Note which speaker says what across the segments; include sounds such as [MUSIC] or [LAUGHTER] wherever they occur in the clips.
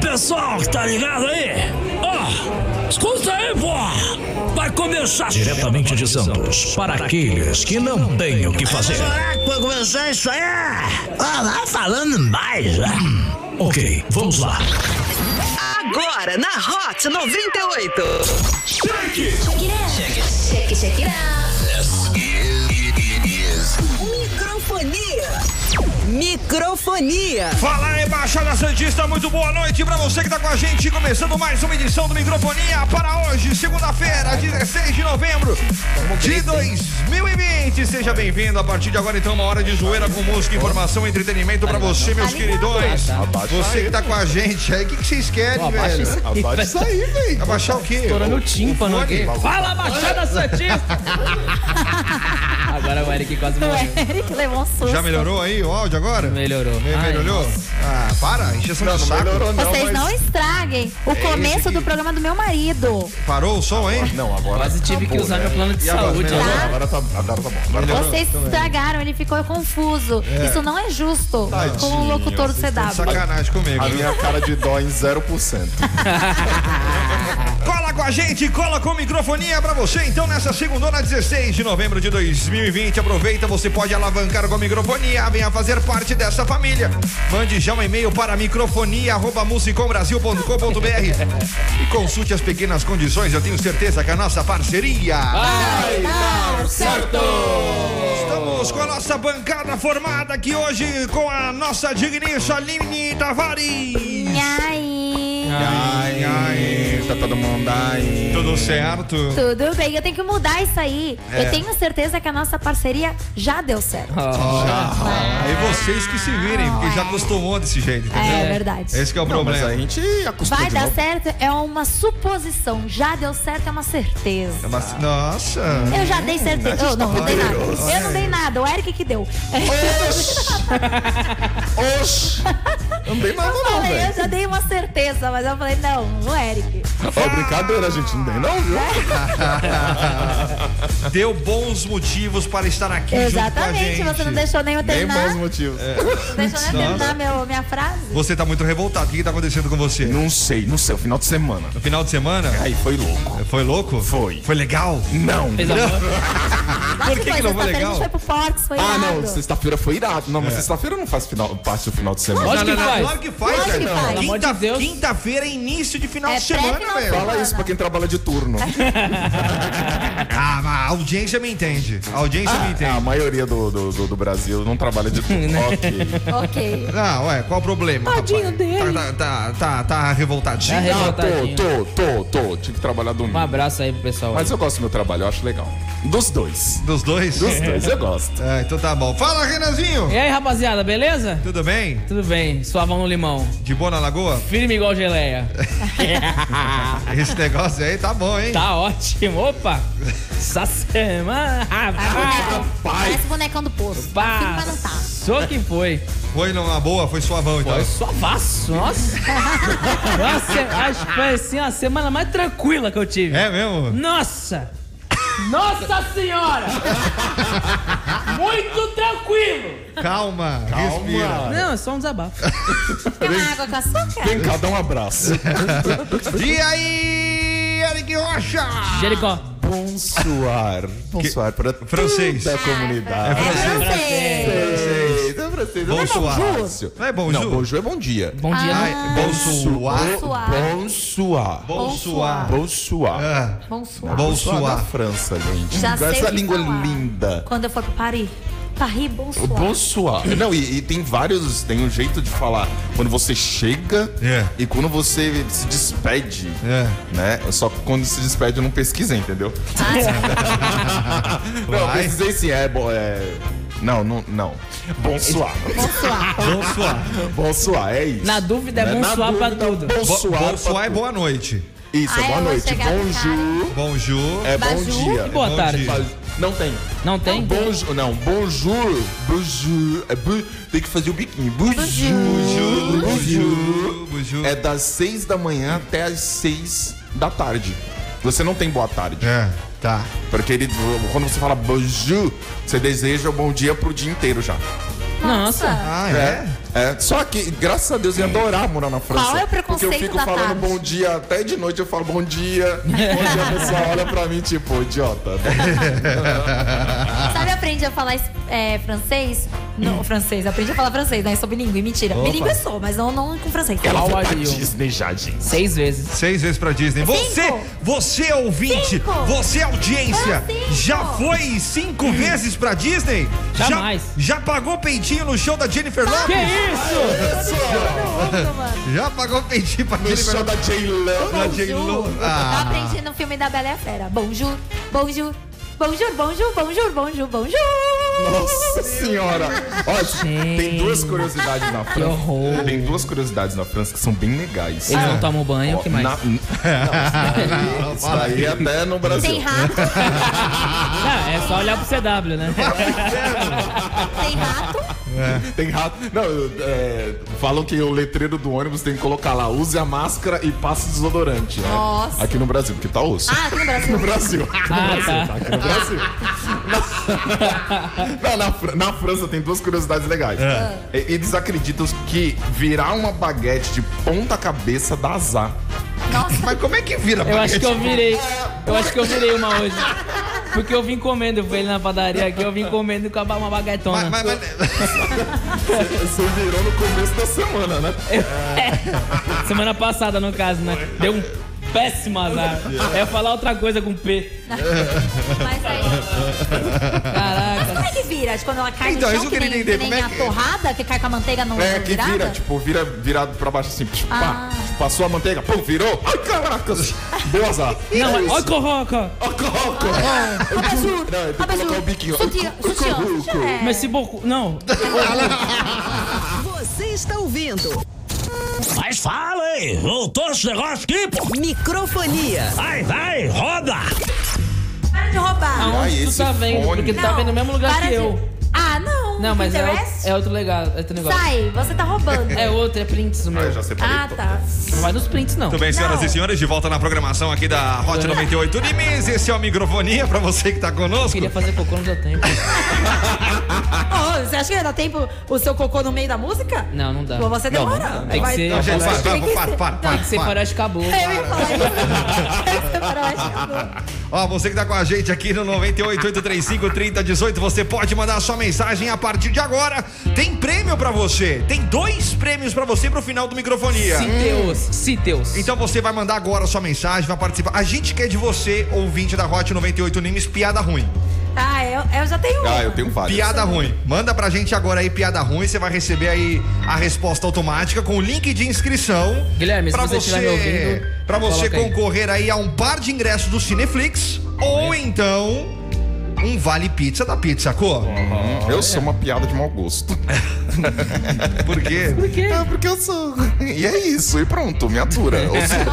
Speaker 1: pessoal que tá ligado aí? Ó, escuta aí, pô! Vai começar
Speaker 2: Diretamente de Santos, para aqueles que não têm o que fazer.
Speaker 1: Será que vai começar isso aí? Ó, vai falando mais, né?
Speaker 2: Ok, vamos lá.
Speaker 3: Agora na Hot 98.
Speaker 4: Check, check it out.
Speaker 3: Microfonia. Microfonia.
Speaker 5: Fala aí, Baixada Santista, muito boa noite pra você que tá com a gente. Começando mais uma edição do Microfonia para hoje, segunda-feira, 16 de novembro de 2020. Seja bem-vindo. A partir de agora, então, uma hora de zoeira com música, informação e entretenimento pra você, meus
Speaker 6: Tá
Speaker 5: queridões. Você que tá com a gente aí, o que, que vocês querem, velho?
Speaker 6: Abaixa isso aí, velho.
Speaker 5: Abaixar o quê?
Speaker 6: Estourando o tímpano aqui.
Speaker 7: Fala, Baixada Santista! [LAUGHS] Agora o Eric quase morreu.
Speaker 4: O Eric levou um susto.
Speaker 5: Já melhorou aí o áudio agora?
Speaker 7: Melhorou.
Speaker 5: Me-
Speaker 7: Ai,
Speaker 5: melhorou? Ah, para, encheção de saco.
Speaker 4: Vocês não estraguem o começo do programa do meu marido.
Speaker 5: Parou o som, hein?
Speaker 6: Não, agora.
Speaker 7: Quase tive que usar meu plano
Speaker 5: né?
Speaker 7: de
Speaker 5: E agora,
Speaker 7: saúde.
Speaker 5: melhorou?
Speaker 4: Tá.
Speaker 6: Agora tá, agora tá bom. Agora
Speaker 5: Melhorou?
Speaker 4: Vocês estragaram, ele ficou confuso. Isso não é justo com o locutor do
Speaker 6: Ah,
Speaker 4: CW.
Speaker 5: Sacanagem comigo.
Speaker 6: a
Speaker 5: viu?
Speaker 6: minha cara de dó é em [LAUGHS] 0%.
Speaker 5: Cola com a gente, cola com microfonia pra você. Então, nessa segunda, 16 de novembro de 2020, aproveita, você pode alavancar com a microfonia. Venha fazer parte dessa família. Mande já um e-mail para microfonia.musicombrasil.com.br e consulte as pequenas condições. Eu tenho certeza que a nossa parceria.
Speaker 7: Ai,
Speaker 5: Estamos com a nossa bancada formada aqui hoje com a nossa digníssima Aline Tavares.
Speaker 4: E aí?
Speaker 5: Ah. Ai, ai,
Speaker 6: Tá todo mundo aí.
Speaker 5: tudo certo?
Speaker 4: Tudo bem, eu tenho que mudar isso aí.
Speaker 5: É.
Speaker 4: Eu tenho certeza que a nossa parceria já deu certo.
Speaker 5: Aí vocês que se virem, porque já acostumou desse jeito, entendeu?
Speaker 4: É, verdade.
Speaker 5: Esse que é o
Speaker 6: Não, mas
Speaker 5: problema.
Speaker 6: a gente acostuma
Speaker 4: Vai
Speaker 6: de
Speaker 4: dar
Speaker 6: novo.
Speaker 4: certo é uma suposição. Já deu certo é uma certeza.
Speaker 5: Mas- nossa.
Speaker 4: Eu já dei certeza. Eu não, não dei nada. Eu não dei nada, o Eric que deu.
Speaker 6: [LAUGHS] Oxi! Não tem nada
Speaker 4: Eu
Speaker 6: não,
Speaker 4: falei, eu
Speaker 6: velho.
Speaker 4: já dei uma certeza, mas eu falei, não, o Eric.
Speaker 6: Ó, brincadeira, gente. Não tem não, viu?
Speaker 5: Deu bons motivos para estar aqui
Speaker 4: Exatamente,
Speaker 5: junto com a gente.
Speaker 4: você não deixou nem eu
Speaker 6: Tem
Speaker 4: terminar.
Speaker 6: bons motivos.
Speaker 4: não deixou nem eu terminar meu, minha frase.
Speaker 5: Você tá muito revoltado. O que, que tá acontecendo com você?
Speaker 6: Não sei, não sei. O final de semana.
Speaker 5: No final de semana?
Speaker 6: Aí foi louco.
Speaker 5: Foi louco?
Speaker 6: Foi.
Speaker 5: Foi legal?
Speaker 6: Não.
Speaker 7: Fez amor.
Speaker 4: Mas
Speaker 5: que
Speaker 4: foi
Speaker 5: que não foi
Speaker 4: sexta-feira, a
Speaker 5: legal?
Speaker 4: gente foi tá pro Fox, foi
Speaker 6: Ah, não.
Speaker 4: irado.
Speaker 6: Sexta-feira foi irado. Não, mas sexta-feira não faz final, parte do final de semana.
Speaker 7: Lógico que
Speaker 5: Não, não, não,
Speaker 7: faz.
Speaker 5: Claro que faz,
Speaker 4: Lógico que
Speaker 5: velho.
Speaker 4: faz.
Speaker 7: Pelo amor de
Speaker 5: Quinta-
Speaker 7: Deus.
Speaker 5: Quinta-feira é início de final
Speaker 4: É
Speaker 5: de semana,
Speaker 4: pré-final de
Speaker 5: velho.
Speaker 6: Fala isso pra quem trabalha de
Speaker 4: [LAUGHS]
Speaker 6: turno.
Speaker 5: Ah, mas a audiência me entende. A audiência
Speaker 4: Ah,
Speaker 5: me
Speaker 6: A
Speaker 5: entende.
Speaker 6: maioria do, do, do- do Brasil não trabalha [LAUGHS] de turno. ok. [LAUGHS]
Speaker 4: Ok.
Speaker 5: Ah, ué, qual o problema?
Speaker 4: Tadinho
Speaker 5: rapaz?
Speaker 4: dele. É.
Speaker 5: Tá, tá, tá, tá, tá revoltadinho.
Speaker 7: Tá
Speaker 6: Ah,
Speaker 7: revoltadinho.
Speaker 6: tô, tô, tô, tô. Tinha que trabalhar domingo.
Speaker 7: Um abraço aí pro pessoal.
Speaker 6: Mas eu gosto do meu trabalho, eu acho legal. Dos dois.
Speaker 5: Dos dois?
Speaker 6: Dos dois, eu gosto.
Speaker 5: É, então tá bom. Fala, Renanzinho!
Speaker 7: E aí, rapaziada, beleza?
Speaker 5: Tudo bem?
Speaker 7: Tudo bem, suavão no limão.
Speaker 5: De boa na lagoa?
Speaker 7: Firme igual geleia.
Speaker 5: Esse negócio aí tá bom, hein? [LAUGHS]
Speaker 7: Tá ótimo. Opa! Essa semana, rapaz.
Speaker 4: Parece o bonecão do poço. Tá firme, mas não tá.
Speaker 7: Só que foi.
Speaker 5: Foi numa boa, foi suavão então.
Speaker 7: Foi
Speaker 5: [LAUGHS]
Speaker 7: suavaço, nossa. nossa, acho que foi assim a semana mais tranquila que eu tive.
Speaker 5: É mesmo?
Speaker 7: Nossa! Nossa Senhora! Muito tranquilo!
Speaker 5: Calma, respira.
Speaker 6: Calma.
Speaker 7: Não, é só um desabafo.
Speaker 4: Quer uma água com açúcar?
Speaker 6: Vem cá, dá um [LAUGHS] abraço.
Speaker 5: E aí, Eric Rocha?
Speaker 7: Jericó.
Speaker 6: Bonsoir. Bonsoir pra
Speaker 5: Francês.
Speaker 6: toda a comunidade.
Speaker 4: É francês.
Speaker 6: Francês, É francês.
Speaker 5: Bonsoir.
Speaker 6: Bonjour.
Speaker 5: Não é bonjour?
Speaker 6: Não, bonjour é bom dia.
Speaker 7: Bom dia.
Speaker 5: Ai, Bonsoir.
Speaker 4: Bonsoir.
Speaker 5: Bonsoir.
Speaker 6: Bonsoir. Bonsoir.
Speaker 5: Ah,
Speaker 4: Bonsoir.
Speaker 6: Bonsoir da
Speaker 5: Bonsoir.
Speaker 6: França, gente.
Speaker 4: Já
Speaker 6: Essa
Speaker 4: sei o que
Speaker 6: língua
Speaker 4: falar.
Speaker 6: linda.
Speaker 4: Quando eu for pro Paris. Paris, bonsoir.
Speaker 6: Bonsoir. Não, e, e tem vários. Tem um jeito de falar. Quando você chega
Speaker 5: É.
Speaker 6: e quando você se despede.
Speaker 5: É.
Speaker 6: Né? Só que quando se despede eu não pesquisei, entendeu? [LAUGHS] não, eu
Speaker 5: Ah. Vai.
Speaker 6: pesquisei sim. É, bo- é... Não, não, não.
Speaker 7: [LAUGHS]
Speaker 6: Bonsoir.
Speaker 4: Bonsoir.
Speaker 5: Bonsoir.
Speaker 6: Bonsoir, é isso.
Speaker 7: Na dúvida, é
Speaker 6: Né? Na
Speaker 7: bonsoir pra tudo.
Speaker 6: dúvida,
Speaker 5: Bo-
Speaker 6: Bonsoir.
Speaker 5: Bonsoir
Speaker 6: pra
Speaker 5: é
Speaker 6: tudo.
Speaker 5: boa noite.
Speaker 6: Isso,
Speaker 4: Ai,
Speaker 6: é boa
Speaker 4: eu vou
Speaker 6: noite.
Speaker 4: chegar no
Speaker 6: Bonjour.
Speaker 5: Bonjour.
Speaker 6: É bom
Speaker 4: Bajur.
Speaker 6: dia.
Speaker 7: E boa
Speaker 5: bom
Speaker 7: tarde.
Speaker 5: dia.
Speaker 6: Não tem.
Speaker 7: Não tem?
Speaker 6: Bonjour, não, bonjour, bonjour, é bu- tem que fazer o biquinho. Bonjour,
Speaker 5: Bonjour.
Speaker 6: bonjour.
Speaker 5: Bonjour.
Speaker 6: É das seis da manhã até as seis da tarde. Você não tem boa tarde.
Speaker 5: É, tá.
Speaker 6: Porque ele, quando você fala bonjour, você deseja o bom dia pro dia inteiro já.
Speaker 7: Nossa.
Speaker 5: Ah, é?
Speaker 6: É, só que, graças a Deus, eu ia adorar morar na França.
Speaker 4: Qual é o preconceito
Speaker 6: Porque eu fico
Speaker 4: da
Speaker 6: falando
Speaker 4: tarde?
Speaker 6: bom dia, até de noite eu falo
Speaker 4: [LAUGHS]
Speaker 6: bom dia. Bom dia, a pessoa olha pra mim, tipo, idiota.
Speaker 4: Sabe, aprende a falar é, francês? Não, francês. Aprende a falar francês, né? Eu sou bilíngue, mentira. Bilíngue eu sou, mas não, não com francês.
Speaker 7: Qual
Speaker 6: Pra
Speaker 7: ódio?
Speaker 6: tá Disney já, gente.
Speaker 7: Seis vezes.
Speaker 5: Seis vezes pra Disney. Você, você ouvinte,
Speaker 4: Cinco.
Speaker 5: você audiência,
Speaker 4: São cinco.
Speaker 5: já foi cinco vezes pra Disney? Já-
Speaker 7: Jamais.
Speaker 5: Já, pagou peitinho no show da Jennifer
Speaker 7: Que
Speaker 5: Lopez?
Speaker 7: isso?
Speaker 4: Todo mundo, mano.
Speaker 5: Já pagou peitinho pra
Speaker 6: No
Speaker 5: Jennifer
Speaker 6: show
Speaker 5: Lopez?
Speaker 6: da J-Lo.
Speaker 5: Pra Jennifer
Speaker 4: Bonjour.
Speaker 5: Lopez.
Speaker 4: Eu
Speaker 5: Ah,
Speaker 4: aprendi no filme da Bela e a Fera. Bonjour, bonjour, bonjour, bonjour, bonjour, bonjour, bonjour.
Speaker 6: Nossa senhora! Olha, tem duas curiosidades na França.
Speaker 7: horror.
Speaker 6: Tem duas curiosidades na França que são bem legais.
Speaker 7: Eles não tomam banho,
Speaker 6: Ó,
Speaker 7: o que mais?
Speaker 6: na- n- [LAUGHS] não, isso daí, isso daí até no Brasil.
Speaker 4: Tem rato,
Speaker 7: Não, é só olhar pro CW, né?
Speaker 4: tem rato.
Speaker 6: Tem rato. Não, eu, é, falam que o letreiro do ônibus tem que colocar lá, use a máscara e passe desodorante. né?
Speaker 4: Nossa.
Speaker 6: Aqui no Brasil, porque tá osso.
Speaker 4: Ah, aqui no Brasil.
Speaker 6: No [LAUGHS] Brasil. Aqui no
Speaker 7: Ah, tá.
Speaker 6: Brasil. tá Aqui no Brasil. tá. [LAUGHS] Não, na, Fra- na França tem duas curiosidades legais. E- Eles acreditam que virar uma baguete de ponta cabeça dá azar.
Speaker 4: Nossa,
Speaker 5: mas como é que vira?
Speaker 7: Eu acho que eu virei. Eu acho que eu virei uma hoje. Porque eu vim comendo, eu fui ali na padaria aqui, eu vim comendo com uma baguetona.
Speaker 5: Mas, mas, mas-
Speaker 6: Você virou no começo da semana, né?
Speaker 7: Semana passada, no caso, né? Deu um péssimo azar. É falar outra coisa com P.
Speaker 4: mas aí.
Speaker 7: Caraca.
Speaker 4: Como é que vira? Quando ela cai
Speaker 5: Então,
Speaker 4: no chão,
Speaker 5: isso eu
Speaker 4: que
Speaker 5: queria
Speaker 4: nem,
Speaker 5: entender,
Speaker 4: que nem
Speaker 5: como é
Speaker 4: a
Speaker 5: que-
Speaker 4: torrada que cai com a manteiga não
Speaker 6: É, que
Speaker 4: virada?
Speaker 6: vira, tipo, vira virado pra baixo assim. Tipo, pá,
Speaker 4: Ah.
Speaker 6: passou a manteiga, pum, virou. Ai, caracas. Boa azar.
Speaker 4: É
Speaker 7: Não, olha o corroca.
Speaker 6: Ó, coloca.
Speaker 4: Abajur,
Speaker 6: [LAUGHS] Não, tem que colocar o biquinho.
Speaker 4: abajur, sutiã,
Speaker 6: Ai,
Speaker 4: sutiã.
Speaker 6: cucuruco.
Speaker 4: É.
Speaker 7: Mas se bocu. Não.
Speaker 3: Você está ouvindo
Speaker 1: Mas fala aí, voltou esse negócio aqui, pô.
Speaker 3: Microfonia.
Speaker 1: Vai, vai, roda.
Speaker 4: Para de roubar.
Speaker 6: Ai,
Speaker 7: Aonde tu
Speaker 6: esse
Speaker 7: tá vendo?
Speaker 6: fone.
Speaker 7: Porque tu tá
Speaker 4: Não,
Speaker 7: vendo no mesmo lugar
Speaker 4: Ah, para
Speaker 7: que
Speaker 4: de-
Speaker 7: eu.
Speaker 4: Ah, não.
Speaker 7: Não, mas é, o-
Speaker 4: Pinterest?
Speaker 7: é outro legal, é outro negócio.
Speaker 4: Sai, você tá roubando.
Speaker 7: [LAUGHS] É outro, é prints o
Speaker 6: Ah,
Speaker 7: meu.
Speaker 6: eu já separei.
Speaker 4: Ah, tá.
Speaker 7: Não vai nos prints, não.
Speaker 5: Muito bem, senhoras
Speaker 4: Não.
Speaker 5: e senhores, de volta na programação aqui da Hot 98 Nimes. Esse é o Microfonia pra você que tá conosco.
Speaker 7: Queria fazer cocô, não deu tempo.
Speaker 8: Ô, você acha que dá tempo o seu cocô no meio da música?
Speaker 7: Não, não dá.
Speaker 8: Pô, Você demora.
Speaker 7: Tem que
Speaker 8: Vai-
Speaker 4: [LAUGHS]
Speaker 7: ser.
Speaker 5: Não, gente, para, para,
Speaker 8: Tem que
Speaker 5: para,
Speaker 8: ser-
Speaker 5: para, para,
Speaker 7: Tem que ser
Speaker 5: para.
Speaker 7: faroeste caboclo.
Speaker 8: Eu ia falar isso. Você parece que não.
Speaker 4: [LAUGHS]
Speaker 5: Ó, você que tá com a gente aqui no 988353018, você pode mandar sua mensagem a partir de agora. Tem prêmio pra você. Tem dois prêmios pra você pro final do microfonia.
Speaker 7: Se Deus, se Deus.
Speaker 5: Então você vai mandar agora a sua mensagem, vai participar. A gente quer de você, ouvinte da Hot 98 Nimes, piada ruim.
Speaker 8: Ah, eu, eu já tenho
Speaker 6: Ah,
Speaker 8: um.
Speaker 6: eu tenho vários.
Speaker 5: Piada ruim. Manda pra gente agora aí piada ruim, você vai receber aí a resposta automática com o link de inscrição.
Speaker 7: Guilherme, se
Speaker 5: Pra
Speaker 7: você estiver me ouvindo,
Speaker 5: Pra você
Speaker 7: coloca aí.
Speaker 5: concorrer aí a um par de ingressos do Cineflix ou então um vale pizza da Pizza Co.
Speaker 6: Hum, Eu sou uma piada de mau gosto.
Speaker 5: Por quê?
Speaker 6: É porque eu sou. E é isso, e pronto, me atura. Eu
Speaker 5: [LAUGHS]
Speaker 6: sou-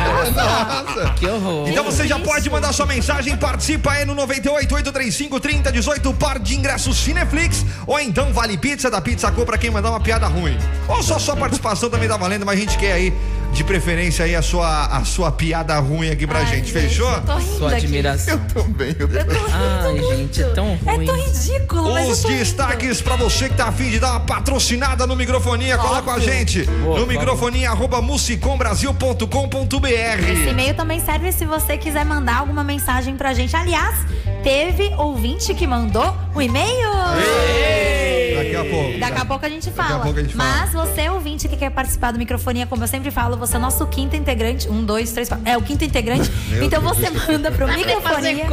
Speaker 5: [LAUGHS] Nossa.
Speaker 7: Que horror.
Speaker 5: Então você já
Speaker 4: isso?
Speaker 5: pode mandar sua mensagem, participa aí no 988353018, par de ingressos Cineflix, ou então vale pizza da Pizza Co pra quem mandar uma piada ruim. Ou só sua participação também tá valendo, mas a gente quer aí, de preferência aí, a sua, a sua piada ruim aqui pra
Speaker 4: Ai,
Speaker 5: gente, fechou?
Speaker 4: eu tô rindo
Speaker 7: Sua
Speaker 4: aqui.
Speaker 7: admiração.
Speaker 6: Também. eu-
Speaker 4: Eu tô rindo
Speaker 7: Ai,
Speaker 4: muito.
Speaker 7: gente, é tão ruim.
Speaker 4: É tão ridículo, mas eu
Speaker 5: Os
Speaker 4: tô rindo.
Speaker 5: destaques pra você que tá afim de dar uma patrocinada no microfonia, cola com a gente.
Speaker 7: Boa,
Speaker 5: no
Speaker 7: vamos.
Speaker 5: microfonia arroba musicombrasil.com.br.
Speaker 4: Esse e-mail também serve se você quiser mandar alguma mensagem pra gente. Aliás, teve ouvinte que mandou o e-mail.
Speaker 5: Daqui a pouco.
Speaker 4: Daqui a pouco a gente fala.
Speaker 5: pouco a gente fala.
Speaker 4: Mas você, ouvinte, que quer participar do microfonia, como eu sempre falo, você é o nosso quinto integrante. Um, dois, três, quatro. É o quinto integrante. então você manda
Speaker 5: [LAUGHS]
Speaker 4: pro microfonia.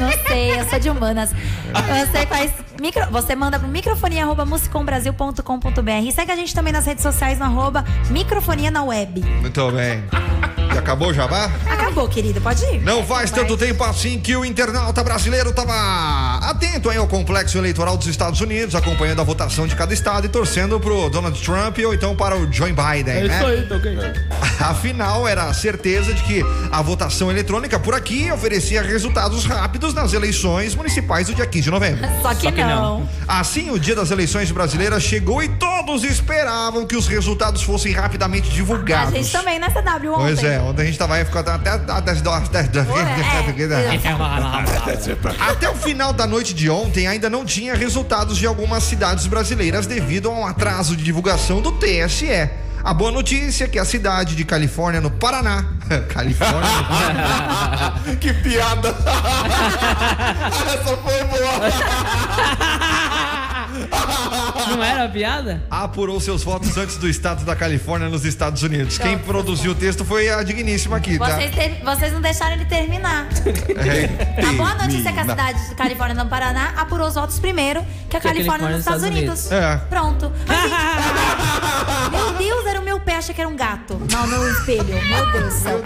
Speaker 4: Não sei, eu sou de humanas. Você faz. Micro, você manda pro microfonia arroba musicombrasil.com.br e segue a gente também nas redes sociais no arroba microfonia na web.
Speaker 5: Muito bem. Já acabou o jabá?
Speaker 8: Acabou, querido, pode ir.
Speaker 4: É,
Speaker 5: Não faz tanto tempo assim que o internauta brasileiro estava atento aí ao complexo eleitoral dos Estados Unidos, acompanhando a
Speaker 4: É tá
Speaker 5: votação de cada estado e torcendo pro Donald Trump ou então para o Joe Biden, né?
Speaker 7: aí, toquei.
Speaker 5: [LAUGHS] Afinal, era a certeza de que a votação eletrônica por aqui oferecia resultados rápidos nas eleições municipais do dia 15 de novembro.
Speaker 4: Só que, não.
Speaker 5: Assim, o dia das eleições brasileiras chegou e todos esperavam que os resultados fossem rapidamente
Speaker 4: A
Speaker 5: divulgados.
Speaker 4: gente também nessa W ontem.
Speaker 5: Pois [LAUGHS] é, ontem a gente tava aí, ficou até, até, até, tá
Speaker 4: É, é.
Speaker 5: até o final da noite de ontem ainda não tinha resultados de algumas cidades brasileiras devido a um atraso de divulgação do TSE. A boa notícia é que a cidade de Califórnia, no Paraná. [LAUGHS] Califórnia?
Speaker 6: Que piada! Essa foi boa!
Speaker 7: Não era piada?
Speaker 5: apurou seus votos antes do estado da Califórnia nos Estados Unidos. Quem produziu o texto foi a digníssima aqui, tá?
Speaker 4: Vocês, ter- vocês não deixaram ele terminar. A boa notícia é que a cidade de Califórnia no Paraná apurou os votos primeiro que
Speaker 7: é
Speaker 4: a Califórnia nos Estados Unidos.
Speaker 5: É.
Speaker 4: Pronto. Mas, gente, meu Deus, era o meu pé, achei que era um gato. Não, meu espelho. Meu Deus do céu.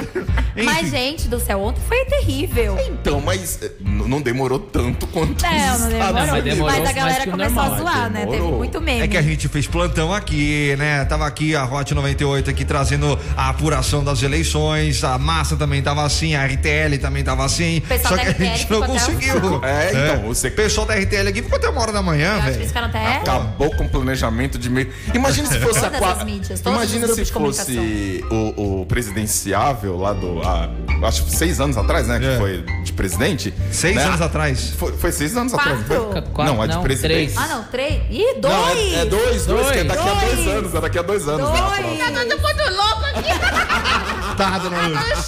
Speaker 5: Enfim.
Speaker 4: Mas, gente do céu, ontem foi terrível.
Speaker 6: Então, mas eh, n- não demorou tanto quanto.
Speaker 4: É, não demorou.
Speaker 7: Ah, Não, mas
Speaker 4: mas,
Speaker 7: demorou
Speaker 4: a
Speaker 7: mais
Speaker 4: galera
Speaker 7: que o
Speaker 4: começou a
Speaker 7: normal,
Speaker 4: zoar, né? Teve
Speaker 6: demorou.
Speaker 4: muito meme.
Speaker 5: É que a gente fez plantão aqui, né? Tava aqui a Hot 98 aqui trazendo a apuração das eleições, a massa também tava assim, a RTL também tava assim.
Speaker 4: pessoal
Speaker 5: Só que
Speaker 4: da
Speaker 5: a gente
Speaker 4: RTL
Speaker 5: não
Speaker 4: ficou até o
Speaker 5: conseguiu.
Speaker 6: É, então, você-
Speaker 5: O pessoal da RTL aqui ficou até uma hora da manhã,
Speaker 4: Eu acho que
Speaker 5: velho.
Speaker 4: eles ficaram até.
Speaker 5: Tá
Speaker 6: Acabou com o planejamento de meio. Imagina se fosse a
Speaker 4: É? Todas
Speaker 6: quadra.
Speaker 4: as mídias, todos
Speaker 6: Imagina
Speaker 4: os
Speaker 6: se
Speaker 4: grupos de
Speaker 6: fosse o, o presidenciável lá do. ah, acho que seis anos atrás, né?
Speaker 5: É.
Speaker 6: Que foi de presidente.
Speaker 5: Seis
Speaker 6: né?
Speaker 5: anos atrás.
Speaker 6: Foi, foi seis anos
Speaker 4: Quatro.
Speaker 6: atrás. não foi?
Speaker 7: Quatro,
Speaker 6: não, a de
Speaker 7: não,
Speaker 6: presidente.
Speaker 7: três.
Speaker 4: Ah, não, três. Ih, dois!
Speaker 6: Não, é, é dois, dois, que é daqui a dois
Speaker 4: Dois.
Speaker 6: anos, é daqui a dois anos. né, a
Speaker 4: Dois.
Speaker 6: próxima.
Speaker 9: Tá Todo mundo louco aqui,
Speaker 5: Tá, dona Lourdes.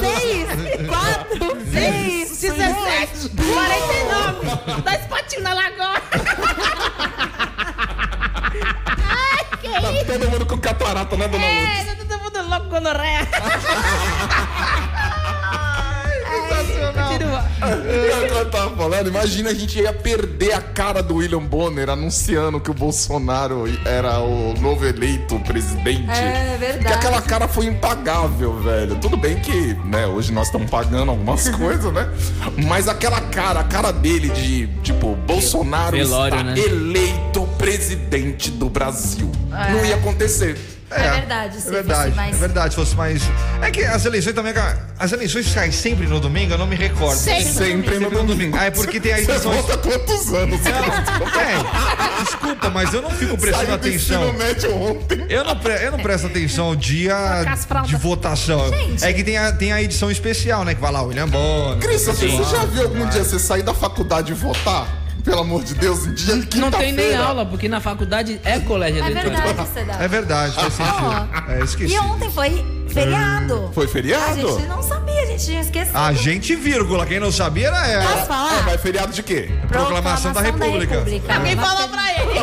Speaker 4: Seis! É Quatro!
Speaker 7: [LAUGHS]
Speaker 4: Seis!
Speaker 9: 17, 49,
Speaker 4: Tá
Speaker 9: dois potinhos na lagoa. Ai, que isso?
Speaker 6: Tá Todo mundo com catarata, né, dona Lourdes?
Speaker 9: É, tá todo mundo louco quando ré.
Speaker 6: É o que eu tava falando, imagina a gente ia perder a cara do William Bonner anunciando que o Bolsonaro era o novo eleito presidente.
Speaker 4: É verdade.
Speaker 6: Que aquela cara foi impagável, velho. Tudo bem que, né, hoje nós estamos
Speaker 4: [LAUGHS]
Speaker 6: pagando algumas coisas, né? Mas aquela cara, a cara dele de, tipo, Bolsonaro
Speaker 7: Velório,
Speaker 6: está
Speaker 7: né?
Speaker 6: eleito presidente do Brasil. Não ia acontecer.
Speaker 4: É verdade, se
Speaker 5: é verdade,
Speaker 4: fosse mais-
Speaker 5: É verdade, fosse mais. É que as eleições também. cara, As eleições caem sempre no domingo, eu não me recordo.
Speaker 6: Sempre no domingo.
Speaker 5: Ah, é porque tem a
Speaker 6: Você
Speaker 5: eleição-
Speaker 6: volta quantos anos?
Speaker 5: É, desculpa, mas eu não fico prestando
Speaker 6: Saiu do ensino
Speaker 5: atenção.
Speaker 6: médio ontem.
Speaker 5: Eu não, pre- eu não presto atenção ao dia
Speaker 4: Tá
Speaker 9: as fraldas.
Speaker 5: de votação. É que tem a, tem a edição especial, né? Que vai lá, William Bonner.
Speaker 6: Christopher, você já viu algum dia você sair da faculdade e votar? Pelo amor de Deus, em dia
Speaker 7: Não
Speaker 6: quinta-feira.
Speaker 7: tem nem aula, porque na faculdade é colégio
Speaker 4: É
Speaker 7: eletrônico.
Speaker 4: verdade, Cedar.
Speaker 5: É verdade, faz sentido. É, esqueci.
Speaker 4: Ah, E ontem foi feriado.
Speaker 6: Hum, Foi
Speaker 4: A
Speaker 6: feriado?
Speaker 4: gente não sabia, a gente tinha esquecido.
Speaker 5: A gente, vírgula, quem não sabia era
Speaker 4: Posso
Speaker 5: ela.
Speaker 6: É,
Speaker 4: falar?
Speaker 6: mas feriado de quê?
Speaker 5: Proclamação da República.
Speaker 9: Alguém falou pra ele.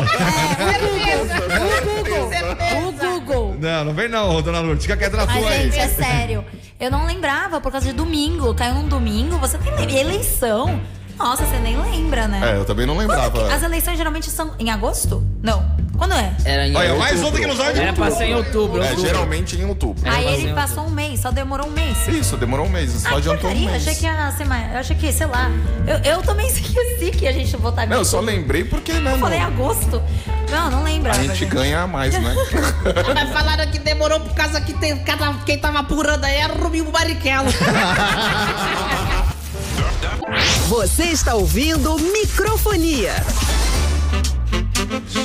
Speaker 3: É,
Speaker 9: É
Speaker 4: O Google. O Google.
Speaker 5: Não, não vem não, dona Lourdes. Fica quieta na
Speaker 4: Mas,
Speaker 5: tua aí.
Speaker 4: gente, é sério. Eu não lembrava por causa de domingo. Caiu num domingo. Você tem lem- eleição. Nossa, você nem lembra, né?
Speaker 6: É, eu também não
Speaker 4: Quando que-
Speaker 6: lembrava.
Speaker 4: As eleições geralmente são em agosto? Não. Quando é?
Speaker 7: Era em
Speaker 5: Olha, mais
Speaker 6: outubro.
Speaker 5: outra que não sabe.
Speaker 7: Era pra ser em É, outubro.
Speaker 6: É,
Speaker 7: outubro.
Speaker 6: geralmente é em outubro.
Speaker 4: Aí
Speaker 7: mas
Speaker 4: ele
Speaker 7: em
Speaker 4: passou um mês, só demorou um mês.
Speaker 6: Isso, demorou um mês, só
Speaker 4: Ah, que
Speaker 6: adiantou um
Speaker 4: porcaria,
Speaker 6: mês.
Speaker 4: achei que ia ser mais. Eu achei que, sei lá. Eu, eu também [LAUGHS] esqueci que a gente votar
Speaker 6: Não, eu só lembrei porque, né,
Speaker 4: Eu falei ah,
Speaker 6: não-
Speaker 4: agosto. Não, não lembrava.
Speaker 6: a gente ganha a mais, né?
Speaker 9: Mas falaram que demorou por causa que tem, cada, quem tava apurando aí era o Rubinho [LAUGHS] Barrichello.
Speaker 3: Você está ouvindo Microfonia.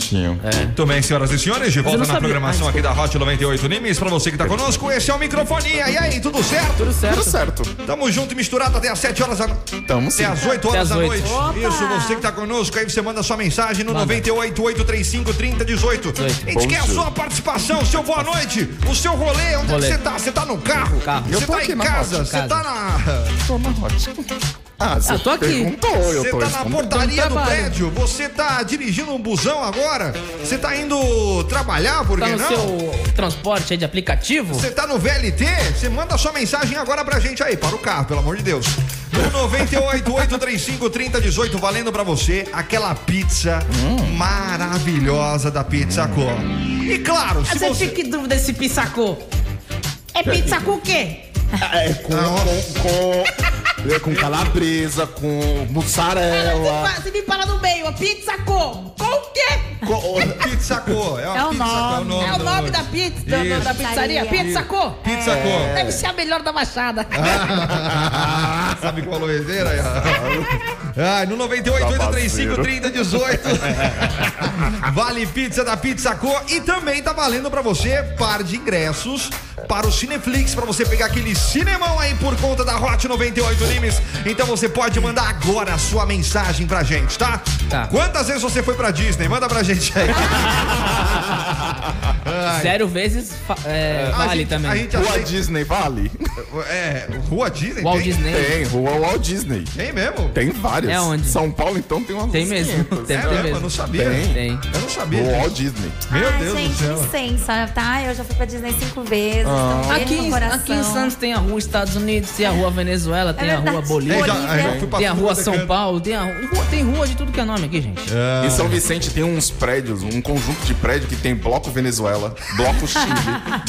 Speaker 6: Tinha.
Speaker 5: Muito bem, senhoras e senhores, de volta
Speaker 7: não
Speaker 5: na
Speaker 7: sabia. Ah,
Speaker 5: programação aqui da Hot 98 Nimes. Pra você que tá conosco, esse é o Microfonia. E aí, tudo certo?
Speaker 7: Tudo certo.
Speaker 6: Tudo certo.
Speaker 5: Tamo junto e misturado até às 7 horas da noite.
Speaker 6: Tamo sim.
Speaker 5: Até às 8 horas
Speaker 7: Até às
Speaker 5: da
Speaker 7: oito.
Speaker 5: noite. Isso, você que tá conosco, aí você manda sua mensagem no
Speaker 7: Manda.
Speaker 5: 988353018. A gente
Speaker 6: Bom
Speaker 5: quer a
Speaker 6: dia.
Speaker 5: sua participação, seu boa noite, o seu rolê, onde
Speaker 7: Rolê.
Speaker 5: é que você tá? Você tá no carro?
Speaker 7: Carro.
Speaker 6: Eu
Speaker 5: Você
Speaker 6: tô
Speaker 5: tá
Speaker 6: aqui
Speaker 5: em
Speaker 6: na
Speaker 5: casa?
Speaker 6: roça,
Speaker 5: Você
Speaker 7: em
Speaker 5: tá
Speaker 7: casa.
Speaker 5: na.
Speaker 6: Toma, ótimo. Ah, você
Speaker 7: tô aqui.
Speaker 6: perguntou, eu
Speaker 5: Você
Speaker 6: tô
Speaker 5: tá na
Speaker 6: respondendo.
Speaker 5: portaria do
Speaker 7: trabalho.
Speaker 5: prédio? Você tá dirigindo um busão agora? Você tá indo trabalhar, por
Speaker 7: Tá
Speaker 5: que
Speaker 7: no
Speaker 5: não?
Speaker 7: seu transporte aí de aplicativo?
Speaker 5: Você tá no VLT? Você manda sua mensagem agora pra gente aí, para o carro, pelo amor de Deus. No 988353018, valendo pra você aquela pizza maravilhosa da Pizza Co. E claro, se
Speaker 9: Você
Speaker 5: você...
Speaker 9: fica em dúvida se pissacou. É pizza com o quê?
Speaker 6: É, com, com, com- com calabresa, com
Speaker 9: É,
Speaker 6: mussarela.
Speaker 9: [LAUGHS] Você me para no meio, a pizza com. Com o quê?
Speaker 6: co-
Speaker 5: Pizza Co. É, uma
Speaker 4: É o
Speaker 5: pizza Co,
Speaker 4: nome.
Speaker 9: É o
Speaker 5: do-
Speaker 9: nome da É. pizza, do- do- da
Speaker 4: Isso.
Speaker 9: pizzaria? Pizza Co?
Speaker 5: Pizza Co.
Speaker 9: Deve ser a melhor da Baixada.
Speaker 5: [LAUGHS] Sabe qual loiseira? Ai, no 98 835 3018. [LAUGHS] Vale pizza da Pizza Co. E também tá valendo pra você par de ingressos para o Cineflix, pra você pegar aquele cinemão aí por conta da Hot 98 Nimes. Então você pode mandar agora a sua mensagem pra gente, tá?
Speaker 7: Tá.
Speaker 5: Quantas vezes você foi pra Disney? Manda pra gente aí. Ai, Ah,
Speaker 7: Zero vezes fa- é,
Speaker 5: a
Speaker 7: vale
Speaker 5: gente-
Speaker 7: também.
Speaker 5: A gente
Speaker 6: Rua
Speaker 5: aceita.
Speaker 6: Disney, vale?
Speaker 5: É, Rua Disney?
Speaker 7: Walt
Speaker 5: tem?
Speaker 7: Disney
Speaker 6: Tem, rua Walt Disney.
Speaker 5: Tem mesmo?
Speaker 6: Tem várias.
Speaker 7: É onde?
Speaker 6: São Paulo, então, tem umas
Speaker 7: Tem mesmo.
Speaker 6: 500.
Speaker 7: Tem,
Speaker 5: É,
Speaker 7: tem
Speaker 5: mesmo, eu
Speaker 7: mesmo.
Speaker 5: não sabia.
Speaker 6: Tem.
Speaker 7: Tem.
Speaker 5: Eu não sabia.
Speaker 6: Rua
Speaker 5: gente.
Speaker 6: Walt Disney.
Speaker 5: Meu
Speaker 4: Ai,
Speaker 5: Deus
Speaker 4: gente,
Speaker 5: do céu.
Speaker 4: licença, tá? Eu já fui pra Disney cinco vezes.
Speaker 6: Ah.
Speaker 4: então beijo
Speaker 7: Aqui,
Speaker 4: no
Speaker 7: em-
Speaker 4: coração. É
Speaker 7: aqui em Santos tem a rua Estados Unidos, tem a rua Venezuela, tem a
Speaker 4: verdade.
Speaker 7: rua Bolívia,
Speaker 5: Eu já- eu já
Speaker 4: Bolívia.
Speaker 5: fui pra
Speaker 7: tem a
Speaker 5: tudo
Speaker 7: rua
Speaker 5: quanto é
Speaker 7: São
Speaker 5: canto.
Speaker 7: Paulo, tem, a rua, tem rua de tudo que é nome aqui, gente.
Speaker 5: Ah.
Speaker 6: Em São Vicente tem uns prédios, um conjunto de prédios que tem bloco Venezuela, bloco Chile,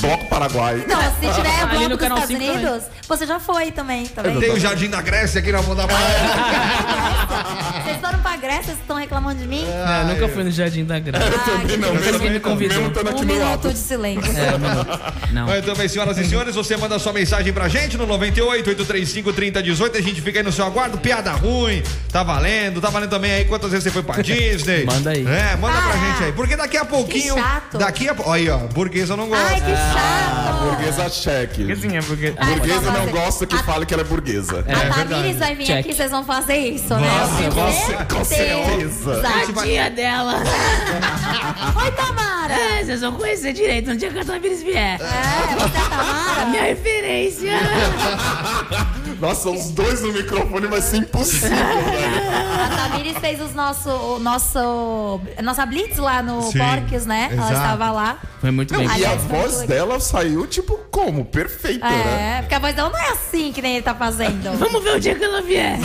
Speaker 6: bloco Paraguai.
Speaker 4: Não, se tiver
Speaker 7: Ali
Speaker 4: bloco
Speaker 7: no
Speaker 4: dos
Speaker 7: Canal
Speaker 4: Estados
Speaker 7: 5 também.
Speaker 4: Unidos, você já foi também, tá bem?
Speaker 5: Tem o Jardim da Grécia aqui na mão da
Speaker 7: Ah.
Speaker 5: praia.
Speaker 4: Vocês foram pra Grécia, vocês estão reclamando de mim?
Speaker 5: Ah,
Speaker 7: É, eu nunca fui no Jardim da Graça.
Speaker 4: Ah, que
Speaker 6: Não,
Speaker 4: tristeza.
Speaker 6: mesmo,
Speaker 7: Ninguém me convidou.
Speaker 6: mesmo estando
Speaker 4: um
Speaker 6: aqui no
Speaker 4: minuto
Speaker 6: lado.
Speaker 4: de silêncio.
Speaker 7: É, um minuto. Não.
Speaker 5: Mas também, senhoras e senhores, você manda sua mensagem pra gente no 98 835 3018. A gente fica aí no seu aguardo. Piada ruim, tá valendo. Tá valendo também aí quantas vezes você foi
Speaker 7: [LAUGHS]
Speaker 5: pra Disney.
Speaker 7: Manda aí.
Speaker 5: É, manda pra
Speaker 4: Ah,
Speaker 5: gente aí. Porque daqui a pouquinho.
Speaker 4: chato.
Speaker 5: Daqui a pouco. Aí, ó, burguesa não gosta.
Speaker 4: Ai, que chato!
Speaker 6: Burguesa cheque.
Speaker 7: é porque.
Speaker 4: Ai,
Speaker 6: Burguesa
Speaker 4: só
Speaker 6: não
Speaker 4: fazer-
Speaker 6: gosta que
Speaker 4: A-
Speaker 6: fale que ela é burguesa.
Speaker 4: A Tamires
Speaker 5: verdade.
Speaker 4: vai vir
Speaker 7: Check.
Speaker 4: aqui, vocês vão fazer isso, né?
Speaker 6: Nossa,
Speaker 4: Com
Speaker 6: com certeza.
Speaker 9: Tadinha [LAUGHS] dela.
Speaker 4: Oi, Tamara!
Speaker 9: Ah, Vocês vão conhecer direito onde a Catavires
Speaker 4: É,
Speaker 9: vier.
Speaker 4: você é a Tamara?
Speaker 9: Minha referência. [LAUGHS]
Speaker 6: Nossa, os dois no microfone vai ser impossível, velho.
Speaker 4: A Tamires fez os nosso, o nosso, a nossa blitz lá no
Speaker 5: Sim,
Speaker 4: Porques, né? Ela
Speaker 5: exato.
Speaker 4: estava lá.
Speaker 7: Foi muito bem.
Speaker 6: E a
Speaker 4: Aliás, foi
Speaker 6: voz
Speaker 4: muito
Speaker 6: dela saiu, tipo, como? Perfeita, né?
Speaker 4: É, porque a voz dela não é assim que nem ele tá fazendo.
Speaker 9: Vamos ver o dia que ela vier.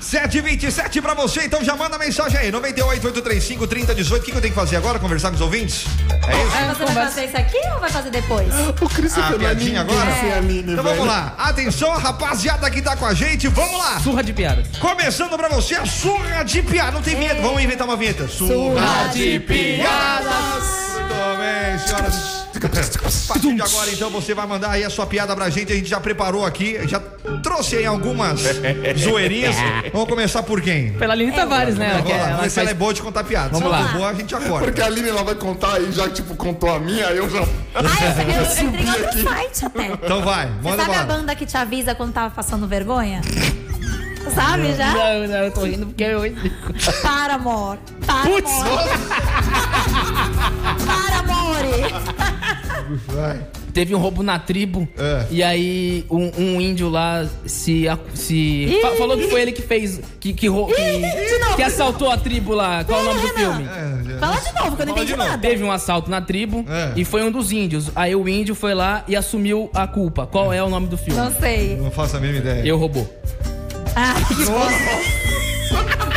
Speaker 5: 727 pra você, então já manda mensagem aí. 98 835 3018. O que, que eu tenho que fazer agora? Conversar com os ouvintes? É isso?
Speaker 4: Aí você vai fazer isso aqui ou vai fazer depois?
Speaker 6: O Cris
Speaker 5: Ah, piadinha agora?
Speaker 6: sem a Aline,
Speaker 5: Então
Speaker 6: velho.
Speaker 5: vamos lá. Atenção, rapaziada que tá com a gente. Vamos lá.
Speaker 7: Surra de piadas.
Speaker 4: É
Speaker 5: Começando pra você a surra de piada. Não tem vinheta, vamos inventar uma vinheta. Surra de piadas. Muito bem, senhoras. A partir de agora, então, você vai mandar aí a sua piada pra gente. A gente já preparou aqui, já trouxe aí algumas zoeirinhas. Vamos começar por quem?
Speaker 7: Pela Aline Tavares, né? Ela,
Speaker 5: Vamos
Speaker 7: quer,
Speaker 5: lá,
Speaker 7: ela
Speaker 5: vamos ver se
Speaker 7: faz-
Speaker 5: ela é boa de contar piada.
Speaker 7: Vamos
Speaker 5: se ela
Speaker 7: lá.
Speaker 5: for boa, a gente acorda.
Speaker 6: Porque a Aline ela vai contar e já, tipo, contou a minha, aí eu já.
Speaker 4: Ah, eu, eu, eu entrei em outro site até.
Speaker 5: Então vai,
Speaker 4: Você
Speaker 5: manda
Speaker 4: sabe a
Speaker 5: bala.
Speaker 4: banda que te avisa quando tava passando vergonha? Sabe já?
Speaker 7: [LAUGHS] Não, não, eu tô rindo porque é eu.
Speaker 4: Para, amor. Para, amor. [LAUGHS] Para, amor.
Speaker 7: Teve um roubo na tribo.
Speaker 5: É.
Speaker 7: E aí um, um índio lá se. a- se fa- falou que foi ele que fez. Que, que, rou- que, que assaltou a tribo lá. Qual é o nome do filme?
Speaker 4: Fala de novo, que eu não entendi nada.
Speaker 7: Teve um assalto na tribo
Speaker 5: É.
Speaker 7: e foi um dos índios. Aí o índio foi lá e assumiu a culpa. Qual é o nome do filme?
Speaker 4: Não sei.
Speaker 5: Não faço a mínima ideia.
Speaker 7: Eu roubou.
Speaker 4: Ah, que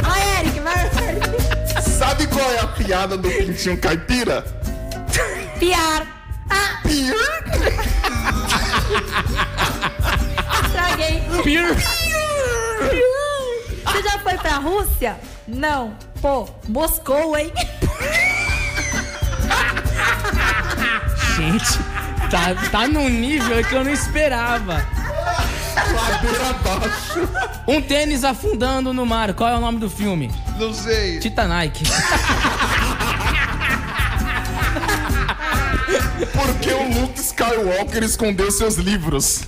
Speaker 4: Vai, Eric, vai, Eric.
Speaker 6: Sabe qual é a piada do pintinho caipira?
Speaker 4: Piar. Ah,
Speaker 6: Piar?
Speaker 4: estraguei.
Speaker 7: Pior.
Speaker 4: Você já foi pra Rússia? Não. Pô, Moscou, hein?
Speaker 7: Gente, tá, tá num nível que eu não esperava.
Speaker 6: Ladeira abaixo.
Speaker 7: Um tênis afundando no mar. Qual é o nome do filme?
Speaker 5: Não sei.
Speaker 7: Titanic.
Speaker 6: Porque o Luke Skywalker escondeu seus livros.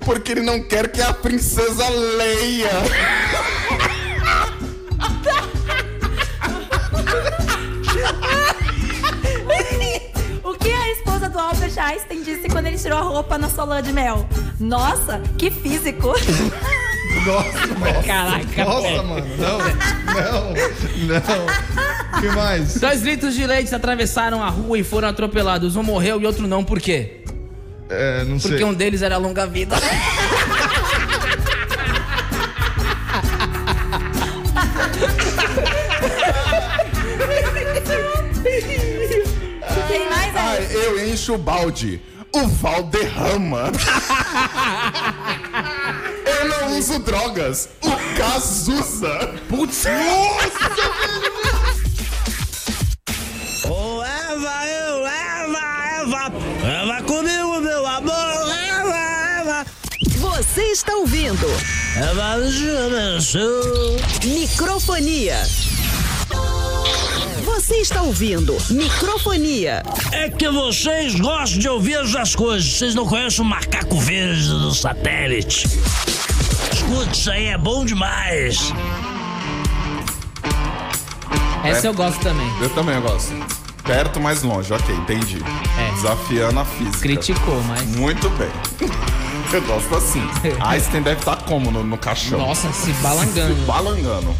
Speaker 6: Porque ele não quer que a princesa leia.
Speaker 4: O que a esposa do Albert Einstein disse quando ele tirou a roupa na sua lua de mel? Nossa, que físico.
Speaker 7: Caraca,
Speaker 5: Nossa,
Speaker 7: velho.
Speaker 5: mano. Não, não,
Speaker 7: [LAUGHS]
Speaker 5: não. que mais?
Speaker 7: Dois litros de leite atravessaram a rua e foram atropelados. Um morreu e outro não. Por quê?
Speaker 5: É, não sei.
Speaker 7: Porque um deles era longa vida.
Speaker 4: Tem mais aí?
Speaker 6: Ai, eu encho o balde. o Valderrama. Eu não uso drogas, o Cazuza. Putz,
Speaker 1: Ô, Eva, eu, Eva, Eva. Eva comigo, meu amor. Eva, Eva.
Speaker 3: Você está ouvindo
Speaker 1: Eva, jura, sou.
Speaker 3: Microfonia. Você está ouvindo Microfonia.
Speaker 1: É que vocês gostam de ouvir as coisas. Vocês não conhecem o macaco verde do satélite. Escute, isso aí é bom demais.
Speaker 5: É.
Speaker 7: Essa eu gosto também.
Speaker 6: Eu também gosto. Perto, mais longe, ok, entendi.
Speaker 7: É.
Speaker 6: Desafiando a física.
Speaker 7: Criticou, mas.
Speaker 6: Muito bem. [LAUGHS] Eu gosto
Speaker 7: [LAUGHS]
Speaker 6: assim. Einstein deve estar como no, no caixão?
Speaker 7: Nossa, se balangando.
Speaker 6: Se [LAUGHS] balangando.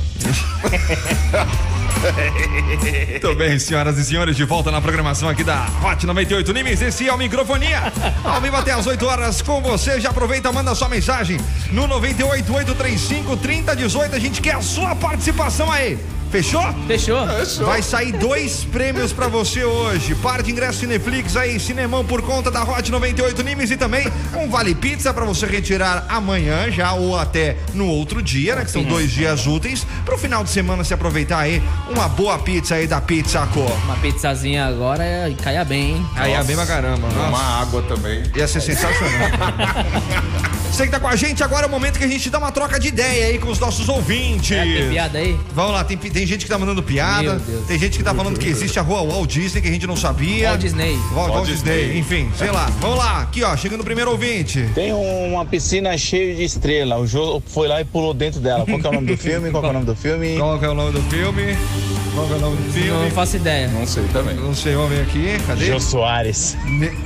Speaker 5: Muito bem, senhoras e senhores, de volta na programação aqui da Hot 98 Nimes. Esse é o Microfonia. Ao vivo até às 8 horas com você. Já aproveita, manda sua mensagem no 988353018. A gente quer a sua participação aí. Fechou?
Speaker 7: Fechou?
Speaker 5: Vai sair dois prêmios pra você hoje. Par de ingresso Cineflix aí, cinemão por conta da Hot 98 Nimes e também um Vale Pizza pra você retirar amanhã já ou até no outro dia, né? Que são dois dias úteis. Pro final de semana se aproveitar aí uma boa pizza aí da Pizza Co.
Speaker 7: Uma pizzazinha agora é- caia bem, hein?
Speaker 5: Aí é bem pra caramba. Nossa.
Speaker 6: Uma água também.
Speaker 5: Ia ser sensacional. Você que tá com a gente, agora é o momento que a gente dá uma troca de ideia aí com os nossos ouvintes.
Speaker 7: É, tem piada aí?
Speaker 5: Vamos lá, tem, pi- tem gente que tá mandando
Speaker 7: Meu
Speaker 5: piada,
Speaker 7: Deus.
Speaker 5: tem gente que tá falando que existe a rua Walt Disney que a gente não sabia.
Speaker 7: Walt Disney.
Speaker 5: Walt, Walt
Speaker 6: Walt
Speaker 5: Disney.
Speaker 6: Disney.
Speaker 5: enfim, sei lá. Vamos lá, aqui ó, chegando o primeiro ouvinte.
Speaker 10: Tem um, uma piscina cheia de estrela. O Jô foi lá e pulou dentro dela. Qual que é o nome do filme? Qual que é o nome do filme?
Speaker 5: [LAUGHS] Qual que é o nome do filme? Qual que é o nome do
Speaker 7: Eu não
Speaker 5: filme?
Speaker 7: faço ideia.
Speaker 6: Não sei também.
Speaker 5: Não sei, vamos ver aqui, cadê?
Speaker 10: Jô Soares.
Speaker 5: Ne-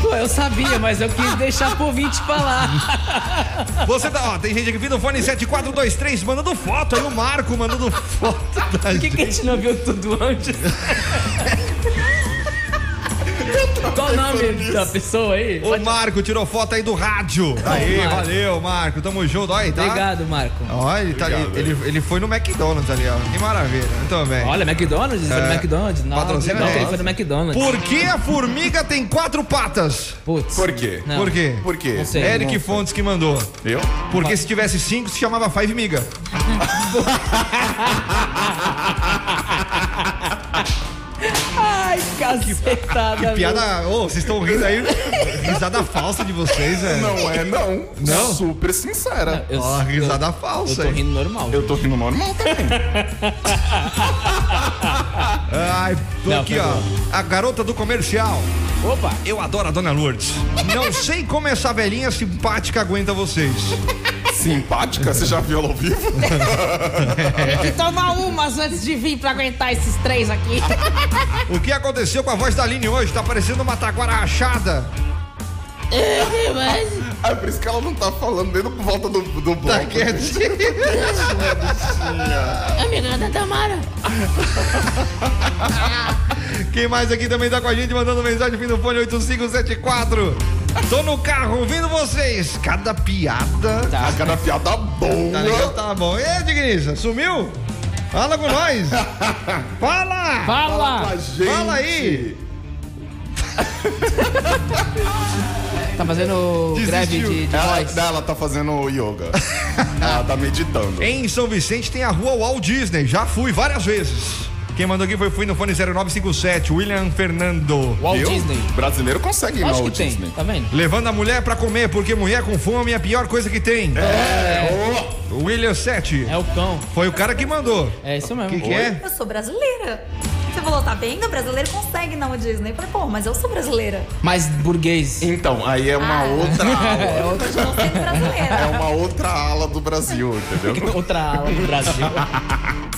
Speaker 7: Pô, eu sabia, mas eu quis deixar pro ouvinte falar.
Speaker 5: Você tá, ó, tem gente aqui vindo fone 7423 mandando foto aí, o Marco mandando foto [LAUGHS] da
Speaker 7: Por que,
Speaker 5: gente.
Speaker 7: que a gente não viu tudo
Speaker 5: [LAUGHS]
Speaker 7: antes? Qual o nome da pessoa aí?
Speaker 5: O Marco tirou foto aí do rádio. Aí,
Speaker 7: Marco.
Speaker 5: valeu, Marco. Tamo junto. Aí, tá?
Speaker 7: Obrigado, Marco.
Speaker 5: Ó, ele, tá,
Speaker 6: Obrigado,
Speaker 5: ele, ele foi no McDonald's ali, ó. Que maravilha. Muito bem.
Speaker 7: Olha, McDonald's? Foi no McDonald's? Não,
Speaker 5: Patrocina
Speaker 7: não,
Speaker 5: nós.
Speaker 7: ele foi no McDonald's.
Speaker 5: Por que a formiga tem quatro patas?
Speaker 7: Putz.
Speaker 6: Por quê?
Speaker 7: Não.
Speaker 5: Por quê? É
Speaker 6: Por quê?
Speaker 7: Não sei.
Speaker 5: Eric Fontes que mandou.
Speaker 6: Eu?
Speaker 5: Porque se tivesse cinco, se chamava Five Miga.
Speaker 7: Ai, cacetada. meu.
Speaker 5: Piada. Ô, vocês estão rindo aí. Risada falsa de vocês, velho.
Speaker 6: Não é, não.
Speaker 5: Não?
Speaker 6: Super
Speaker 7: [LAUGHS]
Speaker 6: sincera.
Speaker 7: Eu,
Speaker 5: Ó, risada
Speaker 7: eu
Speaker 5: falsa.
Speaker 7: tô
Speaker 5: aí.
Speaker 7: rindo normal.
Speaker 6: Eu tô rindo normal tá? também.
Speaker 5: Ai, tô
Speaker 7: Não,
Speaker 5: aqui,
Speaker 7: foi
Speaker 5: ó.
Speaker 7: bom.
Speaker 5: A garota do comercial.
Speaker 7: Opa!
Speaker 5: Eu adoro a Dona Lourdes. Não sei como essa velhinha simpática aguenta vocês.
Speaker 6: Simpática? Você já viu ela ao vivo? [LAUGHS]
Speaker 9: Tem que tomar umas antes de vir pra aguentar esses três aqui. [LAUGHS]
Speaker 5: O que aconteceu com a voz da Aline hoje? Tá parecendo uma taquara rachada.
Speaker 6: É por isso que ela não tá falando nem por volta do, do bloco.
Speaker 5: Tá quietinha.
Speaker 9: A Miranda Tamara.
Speaker 5: Quem mais aqui também tá com a gente mandando mensagem fim do fone 8574. Tô no carro ouvindo vocês. Cada piada.
Speaker 7: Tá.
Speaker 6: A cara piada boa.
Speaker 5: Tá ligado? Tá bom. E aí, Dignícia, sumiu? Fala com
Speaker 7: [LAUGHS]
Speaker 5: nós. Fala!
Speaker 7: Fala!
Speaker 6: A gente.
Speaker 5: Fala aí.
Speaker 7: Tá fazendo greve
Speaker 5: Desistiu.
Speaker 7: de, de
Speaker 6: Ela,
Speaker 7: voz.
Speaker 6: ela tá fazendo yoga. ela tá meditando.
Speaker 5: Em São Vicente tem a rua Walt Disney. Já fui várias vezes. Quem mandou aqui foi fui no fone 0957, William Fernando.
Speaker 7: Walt
Speaker 6: Viu?
Speaker 7: Disney.
Speaker 6: Brasileiro consegue ir na
Speaker 7: Acho que
Speaker 6: Walt
Speaker 7: tem,
Speaker 6: Disney.
Speaker 7: tá vendo?
Speaker 5: Levando a mulher pra comer, porque mulher com fome é a pior coisa que tem.
Speaker 6: É.
Speaker 5: William 7.
Speaker 7: É o cão.
Speaker 5: Foi o cara que mandou.
Speaker 7: É isso
Speaker 5: O
Speaker 7: mesmo.
Speaker 5: que, que é?
Speaker 4: Eu sou brasileira. Você falou, tá vendo? Brasileiro consegue não o Disney. Eu falei, pô, mas eu sou brasileira.
Speaker 7: Mas burguês.
Speaker 6: Então, aí é uma
Speaker 4: Ah.
Speaker 6: outra
Speaker 4: Eu
Speaker 6: aula.
Speaker 4: continuo sendo brasileira.
Speaker 6: É uma outra ala do Brasil,
Speaker 7: [LAUGHS]
Speaker 6: entendeu?
Speaker 7: Outra ala do Brasil.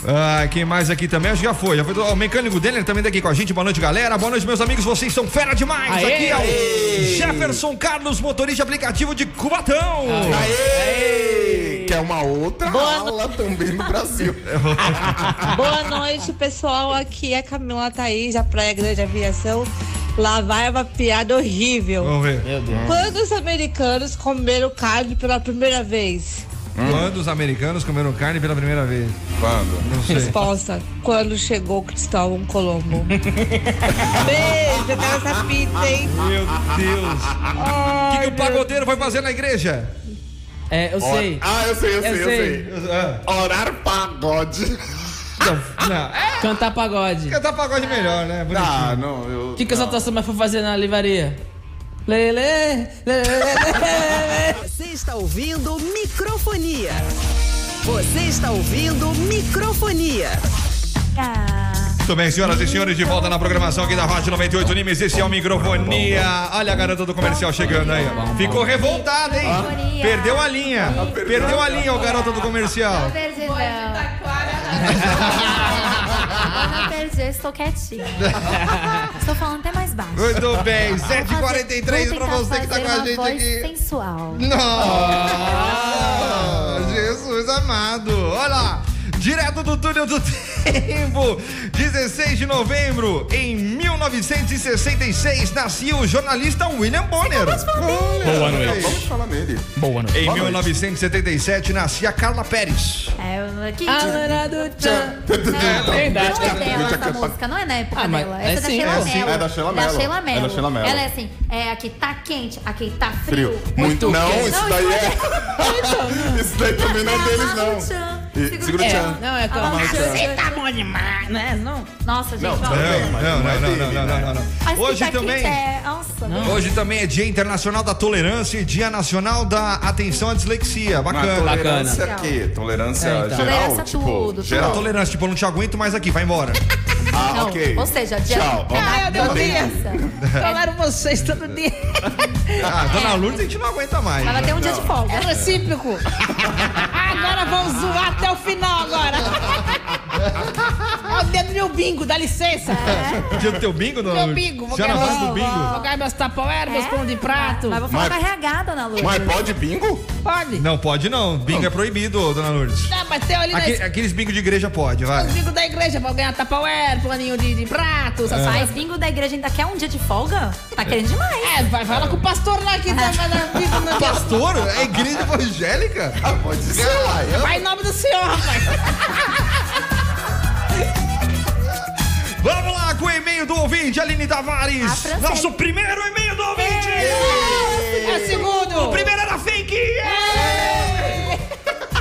Speaker 5: Ah, quem mais aqui também? Acho que já foi. Já foi. Ó, O mecânico dele também tá aqui com a gente. Boa noite, galera. Boa noite, meus amigos. Vocês são fera demais.
Speaker 7: Aê!
Speaker 5: aqui é o Jefferson Carlos, motorista de aplicativo de Cubatão.
Speaker 6: Ah, Aê! Que é uma outra ala também do Brasil.
Speaker 11: Boa noite, pessoal. Aqui é Camila Thaís, da Praia Grande Aviação. Lá vai uma piada horrível.
Speaker 5: Vamos ver.
Speaker 7: Meu Deus.
Speaker 11: Quando os americanos comeram carne pela primeira vez?
Speaker 5: Quando os americanos comeram carne pela primeira vez? Quando? Não
Speaker 11: [LAUGHS]
Speaker 5: sei.
Speaker 11: Resposta: quando chegou Cristóvão Colombo. Beijo, eu quero essa pizza, hein?
Speaker 5: Meu Deus. O que, que o pagodeiro foi fazer na igreja?
Speaker 7: É, eu
Speaker 6: Ó, Ah, eu sei, eu, sei, eu sei.
Speaker 5: Ah,
Speaker 6: Orar pagode.
Speaker 7: Cantar pagode.
Speaker 5: É, Cantar pagode melhor, né?
Speaker 6: Ah, não, eu.
Speaker 7: O que, que essa atuação mais foi fazer na livraria? Lele, lele,
Speaker 3: [LAUGHS]
Speaker 7: lele.
Speaker 3: Você está ouvindo microfonia. Você está ouvindo microfonia.
Speaker 5: Muito bem, senhoras e senhores, de volta na programação aqui da Rádio 98 Nimes. Esse é o Microfonia. Olha a garota do comercial chegando aí. Ficou revoltada, hein? Perdeu a linha.
Speaker 4: Tá
Speaker 5: Perdeu a linha o garoto do comercial.
Speaker 4: perdi, não. Eu não perdi, eu estou quietinha. estou falando até mais baixo.
Speaker 5: Muito bem, 7h43
Speaker 4: Vou
Speaker 5: pra
Speaker 4: tentar
Speaker 5: você que tá com
Speaker 4: fazer
Speaker 5: a
Speaker 4: uma
Speaker 5: gente
Speaker 4: voz
Speaker 5: aqui.
Speaker 4: sensual.
Speaker 5: Nossa, Jesus amado. Olha lá. Direto do túnel do [LAUGHS] tempo, 16 de novembro, em 1966, nascia o jornalista William Bonner.
Speaker 4: é
Speaker 6: Boa
Speaker 5: noite.
Speaker 6: Vamos falar nele.
Speaker 2: Boa noite.
Speaker 5: Em
Speaker 6: Boa
Speaker 5: 1977, nascia Carla Pérez.
Speaker 4: É, eu- que
Speaker 7: A
Speaker 4: não
Speaker 7: loira do tchan.
Speaker 4: é
Speaker 6: tá
Speaker 7: Verdade,
Speaker 4: dela
Speaker 6: Então, Deixa
Speaker 4: essa
Speaker 6: eu-
Speaker 4: música, não é na época
Speaker 7: Ah, mas
Speaker 4: dela.
Speaker 7: é
Speaker 4: Essa
Speaker 7: sim,
Speaker 4: é da
Speaker 7: é
Speaker 4: Sheila
Speaker 7: sim.
Speaker 4: Mello.
Speaker 6: É da Sheila Mello.
Speaker 4: Sheila
Speaker 6: É da
Speaker 4: Mello.
Speaker 6: Sheila Mello.
Speaker 4: Ela é assim, é, aqui tá quente, aqui tá frio.
Speaker 6: Frio. Muito. Não, isso daí [LAUGHS] é. Isso daí também não é deles,
Speaker 4: Amarra o
Speaker 6: não.
Speaker 4: tchan,
Speaker 6: E-
Speaker 4: segura o
Speaker 6: Segura o
Speaker 4: tchan.
Speaker 6: tchan.
Speaker 7: Não, é calma.
Speaker 4: Amarra o tchan.
Speaker 9: Você tá bom demais, né? Não?
Speaker 4: Nossa, gente,
Speaker 6: Não, né?
Speaker 4: ó.
Speaker 6: tá bem.
Speaker 5: Não, não, não, não, não, não, não,
Speaker 4: Mas
Speaker 5: não.
Speaker 4: que
Speaker 5: Hoje
Speaker 4: tá
Speaker 5: também.
Speaker 4: quente, é, nossa,
Speaker 5: Hoje também é Dia Internacional da Tolerância e Dia Nacional da Atenção à Dislexia.
Speaker 6: Mas
Speaker 5: Bacana.
Speaker 6: tolerância aqui,
Speaker 7: É,
Speaker 6: tolerância
Speaker 7: então.
Speaker 6: geral,
Speaker 4: Tolerância
Speaker 6: tipo,
Speaker 4: tudo,
Speaker 5: A
Speaker 6: geral.
Speaker 5: tolerância, tipo, eu não te aguento mais aqui,
Speaker 4: [LAUGHS]
Speaker 5: vai embora.
Speaker 6: Ah,
Speaker 4: Não,
Speaker 6: ok.
Speaker 4: Ou seja, dia
Speaker 6: Tchau. ó.
Speaker 9: Ah, eu
Speaker 4: da
Speaker 9: dei um
Speaker 4: dança.
Speaker 9: Falaram vocês todo dia.
Speaker 5: Ah, dona Lourdes, a gente não aguenta mais.
Speaker 4: Ela
Speaker 5: né?
Speaker 4: vai ter um dia de folga.
Speaker 9: [LAUGHS] É recíproco. Agora vamos zoar até o final agora. É o dedo do meu bingo, dá licença.
Speaker 5: Dia do teu bingo, dona
Speaker 9: Meu
Speaker 5: Lourdes?
Speaker 9: bingo, vou
Speaker 5: Senhora
Speaker 9: ganhar-
Speaker 5: faz do bingo?
Speaker 9: Jogar meus tapauer,
Speaker 4: É?
Speaker 9: meus pão de prato.
Speaker 4: Mas vou falar
Speaker 6: Mas-
Speaker 4: com a RH, dona Lu.
Speaker 6: Mas pode bingo?
Speaker 9: Pode.
Speaker 5: Não, pode não. Bingo é proibido, dona Lourdes.
Speaker 9: Dá pra ter ali
Speaker 4: é
Speaker 9: na
Speaker 5: Aqui- aqueles bingo de igreja pode, vai.
Speaker 9: bingo da igreja pra ganhar tapauer, paninho de, de prato,
Speaker 5: É.
Speaker 9: essas
Speaker 4: Mas bingo da igreja ainda quer um dia de folga? Tá querendo
Speaker 5: [LAUGHS]
Speaker 4: demais.
Speaker 9: É, vai falar com o pastor lá que tá vai dar bingo na
Speaker 5: Pastor? É igreja evangélica?
Speaker 6: Ah, pode ser. lá. eu-
Speaker 9: Vai em nome do senhor, rapaz.
Speaker 5: Vamos lá com o e-mail do ouvinte, Aline
Speaker 4: A
Speaker 5: Tavares.
Speaker 4: Franceli-
Speaker 5: Nosso primeiro e-mail do ouvinte.
Speaker 9: É o segundo.
Speaker 5: O primeiro era fake.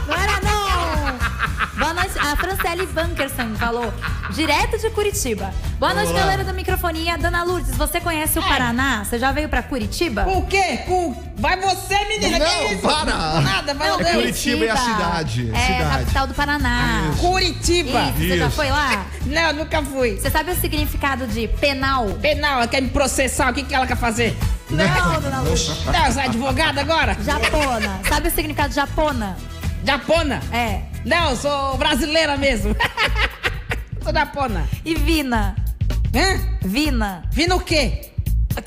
Speaker 4: Não era não! Boa noite. A Franceli Bunkerson falou, direto de Curitiba. Boa noite, galera do Microfonia. Dona Lourdes, você conhece o Paraná? Você já veio pra Curitiba?
Speaker 9: Com o quê? Com... Vai você, menina. que
Speaker 5: Não,
Speaker 9: isso?
Speaker 5: para.
Speaker 9: Nada, vai
Speaker 5: É
Speaker 9: Deus.
Speaker 5: Curitiba é a cidade.
Speaker 4: É,
Speaker 5: Cidade.
Speaker 4: capital do Paraná.
Speaker 9: Curitiba.
Speaker 4: Isso, você já
Speaker 5: Isso.
Speaker 4: foi lá?
Speaker 9: Não, nunca fui.
Speaker 4: Você sabe o significado de penal?
Speaker 9: Penal, ela quer me processar, o que, que ela quer fazer?
Speaker 6: Né?
Speaker 4: Não, dona Lourdes.
Speaker 9: Não, você é advogada agora?
Speaker 4: Japona. Sabe o significado de japona?
Speaker 9: Japona?
Speaker 4: É.
Speaker 9: Não, eu sou brasileira mesmo. [LAUGHS] sou japona.
Speaker 4: E vina?
Speaker 9: Hã?
Speaker 4: Vina.
Speaker 9: Vino o quê?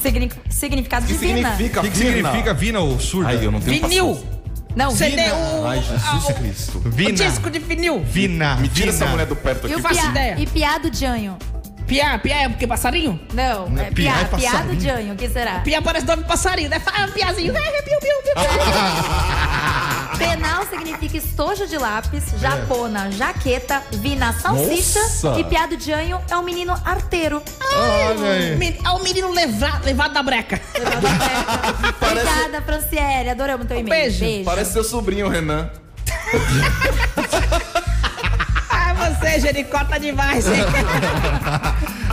Speaker 4: Signi- Significado
Speaker 6: O que
Speaker 4: de vina.
Speaker 5: O
Speaker 6: significa
Speaker 5: que, que
Speaker 6: Vina?
Speaker 5: significa vina ou surda?
Speaker 6: Ai, eu não tenho
Speaker 9: Vinil.
Speaker 6: paciência.
Speaker 4: Não,
Speaker 9: Você
Speaker 4: vina.
Speaker 9: deu o,
Speaker 6: Ai, Jesus
Speaker 9: a- o-
Speaker 6: Cristo.
Speaker 9: o
Speaker 5: Vina.
Speaker 9: disco de vinil.
Speaker 5: Vina.
Speaker 6: Ah, Me tira
Speaker 5: Vina.
Speaker 6: essa mulher do perto
Speaker 4: E
Speaker 6: aqui.
Speaker 4: o
Speaker 9: faço ideia.
Speaker 4: pia... e piado de anho?
Speaker 9: Piá, piá é porque passarinho?
Speaker 4: Não, é
Speaker 5: Piá
Speaker 4: piá,
Speaker 5: é passarinho.
Speaker 4: piado de anho, o que será?
Speaker 9: Piá parece nome de passarinho, né? Fala, piazinho. Ai, piu, piu, piu,
Speaker 6: Ah,
Speaker 4: Penal significa estojo de lápis,
Speaker 6: É.
Speaker 4: japona, jaqueta, vina, salsicha
Speaker 6: Nossa! Ah.
Speaker 4: e piado de anho é um menino arteiro.
Speaker 5: Olha aí.
Speaker 9: Men- É o menino leva- levado da [LAUGHS] breca.
Speaker 6: [LAUGHS]
Speaker 4: Obrigada, Franciele, adoramos teu e-mail.
Speaker 9: beijo.
Speaker 6: Parece seu sobrinho, Renan.
Speaker 9: Ai, Ah, você, Jericó, tá demais, [LAUGHS] hein?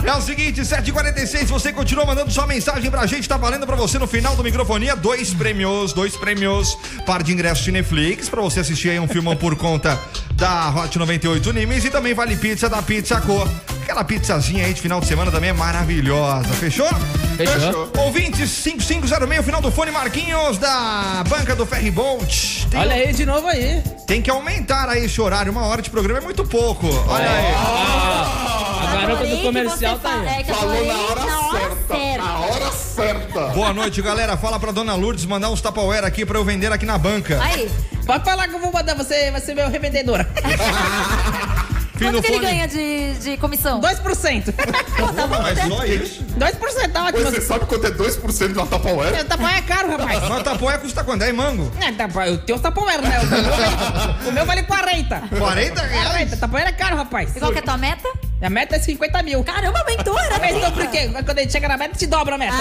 Speaker 5: É o seguinte, 7h46, você continua mandando sua mensagem pra gente, tá valendo pra você no final do Microfonia, dois prêmios, dois prêmios, par de ingressos de Netflix, pra você assistir aí um filmão por conta da Hot 98 Nimes e também vale pizza da Pizza Co. Aquela pizzazinha aí de final de semana também é maravilhosa, fechou?
Speaker 7: Fechou.
Speaker 5: Ouvintes 5506, final do fone Marquinhos da banca do Ferry Bolt. Tem,
Speaker 7: Olha aí de novo aí.
Speaker 5: tem que aumentar aí esse horário, uma hora de programa é muito pouco. Olha aí.
Speaker 7: A garota do comercial tá
Speaker 4: é,
Speaker 7: aí.
Speaker 6: Falou na hora certa. tá. Na hora certa.
Speaker 5: Boa noite, galera. Fala pra dona Lourdes mandar uns tapauera aqui pra eu vender aqui na banca.
Speaker 4: Aí,
Speaker 9: [LAUGHS] Pode falar que eu vou mandar você, vai ser meu revendedora.
Speaker 4: Quanto que ele ganha de, de comissão?
Speaker 9: [LAUGHS] 2%.
Speaker 4: Pô, tá bom,
Speaker 6: Mas
Speaker 4: né?
Speaker 6: só isso?
Speaker 9: 2% tá
Speaker 6: Pô,
Speaker 9: ótimo.
Speaker 6: você sabe quanto é 2% de uma Tupperware?
Speaker 9: Meu tapão é caro, rapaz.
Speaker 5: Mas tapoé custa quanto? É mango?
Speaker 9: É, tapão- o teu tapão era, né? O meu vale- O meu vale 40.
Speaker 5: 40 reais?
Speaker 9: 40. Tapão era caro, rapaz.
Speaker 4: E qual que é a tua meta?
Speaker 9: Minha meta é 50 mil.
Speaker 4: Caramba, aumentou, era
Speaker 9: Aumentou
Speaker 4: 30.
Speaker 9: por quê? Quando a gente chega na meta, te dobra a meta.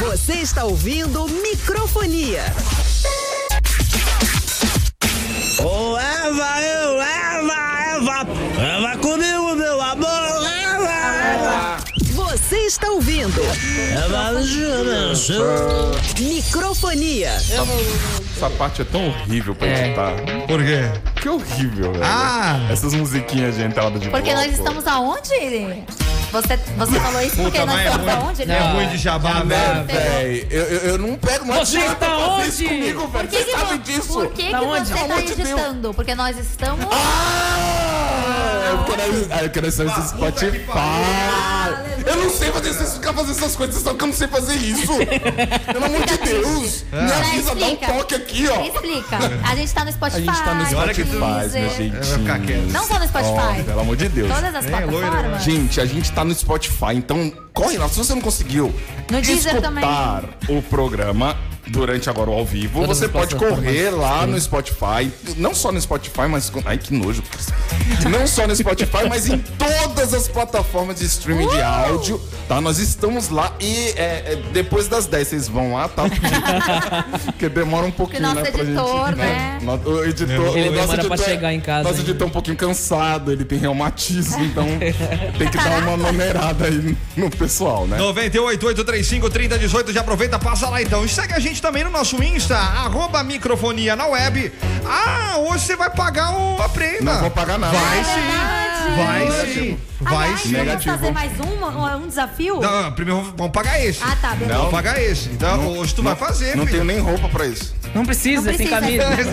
Speaker 3: Você está ouvindo microfonia.
Speaker 1: Ô Eva, eu, Eva, Eva, Eva comigo, meu amor, Eva,
Speaker 3: Você está ouvindo
Speaker 1: Eva. Eva, Regina, seu-
Speaker 3: microfonia.
Speaker 6: Essa parte é tão horrível pra editar.
Speaker 5: Por quê?
Speaker 6: Que horrível, velho.
Speaker 5: Ah!
Speaker 6: Essas musiquinhas de entrada de
Speaker 4: Porque
Speaker 6: bloco.
Speaker 4: nós estamos aonde? Você, você falou isso porque
Speaker 5: Puta,
Speaker 4: nós
Speaker 5: mas é
Speaker 4: estamos né?
Speaker 5: ruim.
Speaker 4: aonde?
Speaker 5: É ruim de jabá, velho.
Speaker 6: Né, Véi, eu, eu, eu não pego mais
Speaker 7: Você
Speaker 6: nada
Speaker 7: está
Speaker 6: pra fazer isso
Speaker 7: onde?
Speaker 6: comigo,
Speaker 4: Por
Speaker 6: velho.
Speaker 4: que,
Speaker 6: Você
Speaker 4: que,
Speaker 6: sabe
Speaker 4: vo-
Speaker 6: disso. Ah!
Speaker 4: por que, que
Speaker 7: Da onde?
Speaker 4: você
Speaker 6: Pelo amor
Speaker 4: está
Speaker 6: de Deus.
Speaker 4: editando? Porque nós estamos.
Speaker 6: Ah! Eu quero- ah, Eu quero ser esse
Speaker 5: puta que
Speaker 6: Spotify. Eu não sei fazer isso, ficar fazendo essas coisas, só que eu não sei fazer isso.
Speaker 4: [LAUGHS]
Speaker 6: Pelo amor de Deus. Me
Speaker 4: Vai,
Speaker 6: avisa, dá um
Speaker 4: explica.
Speaker 6: toque aqui, ó.
Speaker 4: Explica. A gente tá no
Speaker 6: A
Speaker 4: Spotify.
Speaker 6: gente tá no
Speaker 5: olha que
Speaker 6: Spotify,
Speaker 5: tu-
Speaker 6: minha
Speaker 4: Deezer,
Speaker 6: gente.
Speaker 5: Vai ficar quieto.
Speaker 4: Não só no Spotify.
Speaker 6: Ó, pelo amor de Deus.
Speaker 4: Todas as
Speaker 5: É, loira,
Speaker 4: plataformas.
Speaker 6: Gente, a gente tá no Spotify, então corre lá. Se você não conseguiu
Speaker 4: No Deezer
Speaker 6: escutar o programa durante agora o ao vivo,
Speaker 7: Todas
Speaker 6: você
Speaker 7: as
Speaker 6: pode
Speaker 7: plataformas.
Speaker 6: correr lá no Spotify. Não só no Spotify, mas. com- Ai, que nojo. Não só no Spotify, mas em todas as plataformas de streaming de áudio, tá? Nós estamos lá e é, é, depois das 10 vocês vão lá, tá? Porque demora um pouquinho,
Speaker 4: nosso
Speaker 6: né?
Speaker 4: editor,
Speaker 6: gente,
Speaker 4: né?
Speaker 6: No- O editor.
Speaker 7: Ele
Speaker 6: o nosso
Speaker 7: demora pra
Speaker 6: editor é-
Speaker 7: chegar em casa
Speaker 6: Nosso
Speaker 7: ainda.
Speaker 6: editor é um pouquinho cansado, ele tem
Speaker 7: [LAUGHS]
Speaker 6: reumatismo, então tem que dar uma numerada aí no pessoal, né?
Speaker 5: 988353018, já aproveita, passa lá então. E segue a gente também no nosso Insta, arroba microfonia na web. Ah, hoje você vai pagar o, a prenda.
Speaker 6: Não vou pagar nada.
Speaker 5: Vai
Speaker 4: Verdade.
Speaker 5: sim, vai sim, vai
Speaker 4: Aliás,
Speaker 5: sim.
Speaker 4: vamos
Speaker 6: Negativo.
Speaker 4: fazer mais uma, um desafio?
Speaker 5: Não, primeiro vamos pagar esse.
Speaker 4: Ah, tá, beleza.
Speaker 5: Vamos pagar esse. Então hoje tu
Speaker 6: não,
Speaker 5: vai fazer,
Speaker 6: Não
Speaker 5: filho.
Speaker 6: tenho nem roupa pra isso.
Speaker 7: Não precisa,
Speaker 4: Não
Speaker 7: tem
Speaker 4: precisa.
Speaker 7: camisa.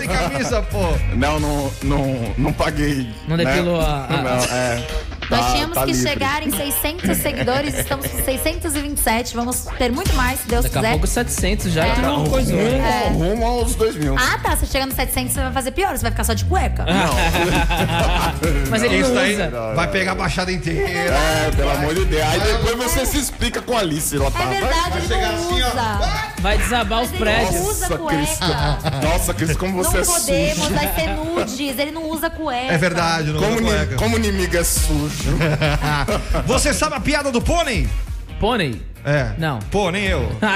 Speaker 5: [LAUGHS] Sem camisa, pô.
Speaker 6: Não, não, não, não paguei.
Speaker 7: Não
Speaker 6: né?
Speaker 7: depilou a- a-
Speaker 6: Não, é.
Speaker 4: Nós
Speaker 6: tá-
Speaker 4: tínhamos
Speaker 6: tá
Speaker 4: que
Speaker 6: livre.
Speaker 4: chegar em 600 seguidores, estamos com 627. Vamos ter muito mais, se Deus
Speaker 7: Daqui a
Speaker 4: quiser.
Speaker 7: pouco 700
Speaker 4: É.
Speaker 7: já.
Speaker 6: Tá
Speaker 7: Não,
Speaker 6: rumo,
Speaker 7: coisa ruim.
Speaker 6: rumo aos dois mil.
Speaker 4: Ah, tá. Você chega nos 700, você vai fazer pior, você vai ficar só de cueca.
Speaker 7: Ah, [LAUGHS] Mas ele
Speaker 5: Isso
Speaker 7: não
Speaker 5: daí
Speaker 7: usa.
Speaker 5: vai pegar a baixada inteira.
Speaker 6: É, pelo amor de Deus. Aí depois você se explica com a Alice, ela tá.
Speaker 4: É verdade, ele
Speaker 5: chegar
Speaker 4: não
Speaker 5: assim, ó.
Speaker 4: usa.
Speaker 7: Vai desabar os
Speaker 4: Mas ele não
Speaker 7: prédios.
Speaker 4: usa
Speaker 6: Nossa,
Speaker 4: cueca.
Speaker 6: Nossa, Cris, como você é
Speaker 4: não
Speaker 6: sujo.
Speaker 4: podemos, vai ser nudes. Ele não usa cueca.
Speaker 5: É
Speaker 6: [LAUGHS]
Speaker 5: verdade, não
Speaker 6: Como,
Speaker 5: usa
Speaker 6: ni-
Speaker 5: cueca.
Speaker 6: como inimigo é sujo.
Speaker 5: Você sabe a piada do pônei?
Speaker 7: Pônei?
Speaker 5: É.
Speaker 7: Não.
Speaker 5: Pô, nem
Speaker 7: [LAUGHS]
Speaker 5: eu.
Speaker 6: É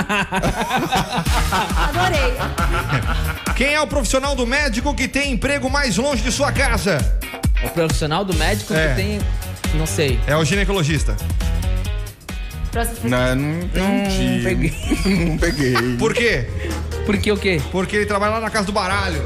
Speaker 4: Adorei.
Speaker 5: Quem é o profissional do médico que tem emprego mais longe de sua casa?
Speaker 7: O profissional do médico
Speaker 5: É.
Speaker 7: que tem. Não sei.
Speaker 5: É o ginecologista.
Speaker 4: Próximo-
Speaker 6: Não, Né, não entendi.
Speaker 7: Não peguei.
Speaker 6: Não peguei.
Speaker 5: Por quê?
Speaker 7: Porque o quê? [LAUGHS]
Speaker 5: Porque ele trabalha lá na casa do baralho.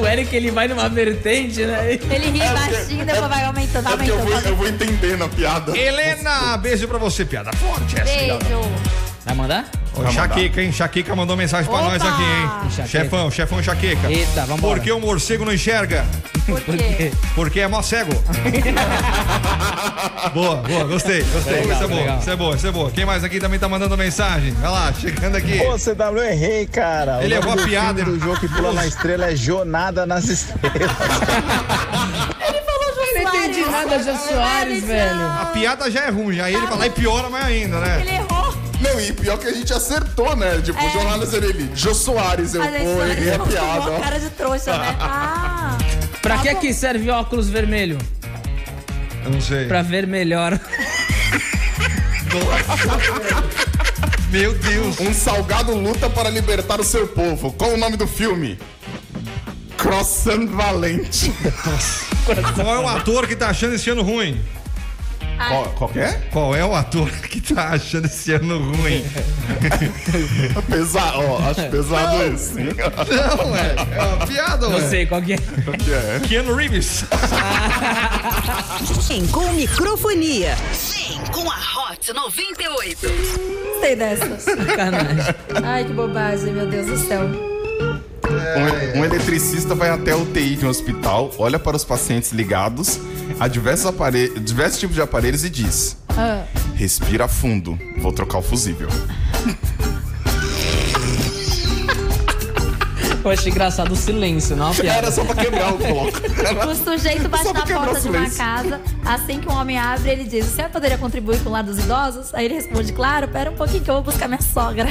Speaker 7: O Eric ele vai numa vertente, né?
Speaker 4: Ele ri baixinho, depois vai aumentando,
Speaker 6: É porque eu
Speaker 4: aumentando.
Speaker 6: vou, eu vou entendendo a piada.
Speaker 4: É.
Speaker 5: Helena, beijo pra você, piada forte essa.
Speaker 4: Beijo.
Speaker 7: Vai mandar?
Speaker 5: Ô, Enxaqueca, hein? Enxaqueca mandou mensagem pra
Speaker 4: Opa!
Speaker 5: nós aqui, hein?
Speaker 7: Enxaqueca.
Speaker 5: Chefão, chefão Enxaqueca.
Speaker 7: Eita, vambora.
Speaker 5: Por que o morcego não enxerga?
Speaker 4: Por quê?
Speaker 5: Porque é mó
Speaker 7: [LAUGHS]
Speaker 5: cego. boa, boa, gostei, gostei.
Speaker 7: Legal,
Speaker 5: isso é bom,
Speaker 7: legal.
Speaker 5: isso é bom, isso é bom. Quem mais aqui também tá mandando mensagem? Vai lá, chegando aqui.
Speaker 10: Pô, CW, eu errei, cara. O
Speaker 5: Ele
Speaker 10: nome
Speaker 5: errou a
Speaker 10: do
Speaker 5: piada,
Speaker 10: filme
Speaker 5: ele-
Speaker 10: do jogo que pula na estrela é Jornada nas Estrelas.
Speaker 4: Ele falou Jô
Speaker 7: Não
Speaker 4: Soares.
Speaker 7: entendi nada de Soares,
Speaker 4: Soares,
Speaker 7: velho.
Speaker 5: A piada já é ruim, aí ele vai lá e piora mais ainda, né?
Speaker 4: Ele errou.
Speaker 6: Não, e pior que a gente acertou, né? Tipo,
Speaker 4: É.
Speaker 6: o jornal era ele. Jô Soares, eu
Speaker 4: Mas aí
Speaker 6: vou, errei
Speaker 4: Soares
Speaker 6: a
Speaker 4: tomou a
Speaker 6: piada.
Speaker 4: cara de trouxa, né? Ah.
Speaker 7: Pra que que serve óculos vermelho?
Speaker 5: Eu não sei.
Speaker 7: Pra ver melhor. [LAUGHS]
Speaker 5: Meu Deus.
Speaker 6: Um salgado luta para libertar o seu povo. Qual o nome do filme? Croissant Valente.
Speaker 5: Qual é o ator que tá achando esse ano ruim?
Speaker 4: Ah.
Speaker 6: Ó, Qual que é?
Speaker 5: Qual é o ator que tá achando esse ano ruim?
Speaker 6: Pesado, ó, acho pesado esse. [LAUGHS]
Speaker 5: Não, é. É uma piada,
Speaker 7: Não
Speaker 5: ué.
Speaker 7: sei qual que é.
Speaker 5: Keanu
Speaker 7: [LAUGHS]
Speaker 5: Reeves.
Speaker 3: Vem com microfonia.
Speaker 4: Gostei dessas.
Speaker 7: Sacanagem.
Speaker 4: Ai, que bobagem, meu Deus do céu.
Speaker 6: Um, um eletricista vai até a UTI de um hospital, olha para os pacientes ligados a diversos, apare- diversos tipos de aparelhos e diz:
Speaker 4: Ah.
Speaker 6: Respira fundo, vou trocar o fusível.
Speaker 7: Eu achei engraçado o silêncio, não a piada.
Speaker 6: Era só pra quebrar o bloco. [LAUGHS]
Speaker 4: O sujeito bate
Speaker 7: Só pra
Speaker 4: na
Speaker 7: quebrar
Speaker 4: porta
Speaker 7: o
Speaker 4: de uma
Speaker 7: silêncio.
Speaker 4: casa, assim que um homem abre, ele diz: Você poderia contribuir com o lado dos idosos? Aí ele responde: Claro, pera um pouquinho que eu vou buscar minha
Speaker 5: [LAUGHS]
Speaker 4: sogra.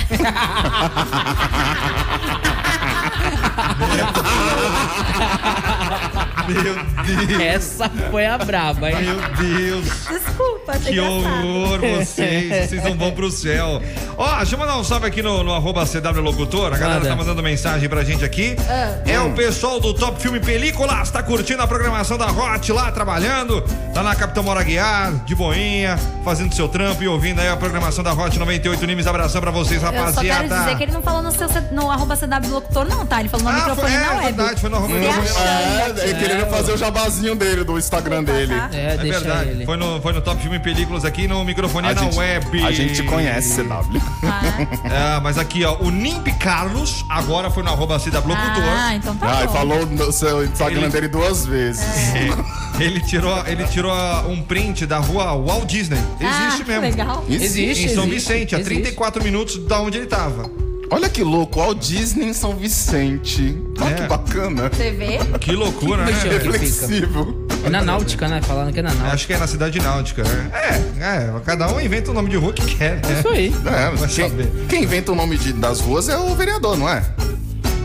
Speaker 5: Meu Deus.
Speaker 7: Essa foi a braba, hein?
Speaker 5: Meu Deus.
Speaker 4: Desculpa, achei
Speaker 5: Que
Speaker 4: engraçado.
Speaker 5: horror vocês, vocês não vão pro céu. Ó, deixa eu mandar um salve aqui no, no arroba CW Locutor, a galera
Speaker 7: Manda.
Speaker 5: tá mandando mensagem pra gente aqui.
Speaker 4: Ah.
Speaker 5: É o pessoal do Top Filme Películas, tá curtindo a programação da Hot lá, trabalhando. Tá na Capitão Moraguiar, de boinha, fazendo seu trampo e ouvindo aí a programação da Hot 98 Nimes. Abração pra vocês,
Speaker 4: Eu só quero dizer que
Speaker 5: rapaziada.
Speaker 4: ele não falou no, seu, no arroba CW Locutor, não, tá? Ele falou no
Speaker 5: Ah, foi-
Speaker 4: microfone
Speaker 5: é,
Speaker 4: na web.
Speaker 5: verdade, foi no arroba
Speaker 4: Se
Speaker 5: microfone na
Speaker 4: achando
Speaker 6: É,
Speaker 4: aqui.
Speaker 6: ele querendo fazer o jabazinho dele, do Instagram dele.
Speaker 5: É, verdade. Foi, no, foi no Top Filme Películas aqui no microfone
Speaker 6: A
Speaker 5: na
Speaker 6: gente-
Speaker 5: web.
Speaker 6: a gente conhece CW.
Speaker 5: Ah, mas aqui, ó, o Nimp Carlos agora foi no arroba CW Locutor.
Speaker 4: Ah, então tá
Speaker 6: [LAUGHS] Ah, e
Speaker 4: bom.
Speaker 6: falou no seu Instagram
Speaker 5: Ele-
Speaker 6: dele duas vezes.
Speaker 5: É. Ele tirou, ele tirou um print da rua Walt Disney.
Speaker 4: Ah,
Speaker 5: Existe
Speaker 4: que
Speaker 5: mesmo.
Speaker 4: legal.
Speaker 6: Existe,
Speaker 5: Em São
Speaker 6: existe,
Speaker 5: Vicente, a
Speaker 6: existe.
Speaker 5: 34 minutos da onde ele tava.
Speaker 6: Olha que louco, Walt Disney em São Vicente.
Speaker 5: É.
Speaker 6: Olha que bacana.
Speaker 4: Você vê?
Speaker 5: Que loucura, né?
Speaker 7: Deixa eu ver aqui,
Speaker 6: Reflexivo.
Speaker 7: É na náutica, né? Falando que é na náutica.
Speaker 5: Acho que é na cidade náutica. né? É, é, cada um inventa o nome de rua que quer. Né?
Speaker 7: Isso aí.
Speaker 6: É,
Speaker 5: Vai
Speaker 6: quem,
Speaker 5: saber.
Speaker 6: quem inventa o nome de- das ruas é o vereador, não é?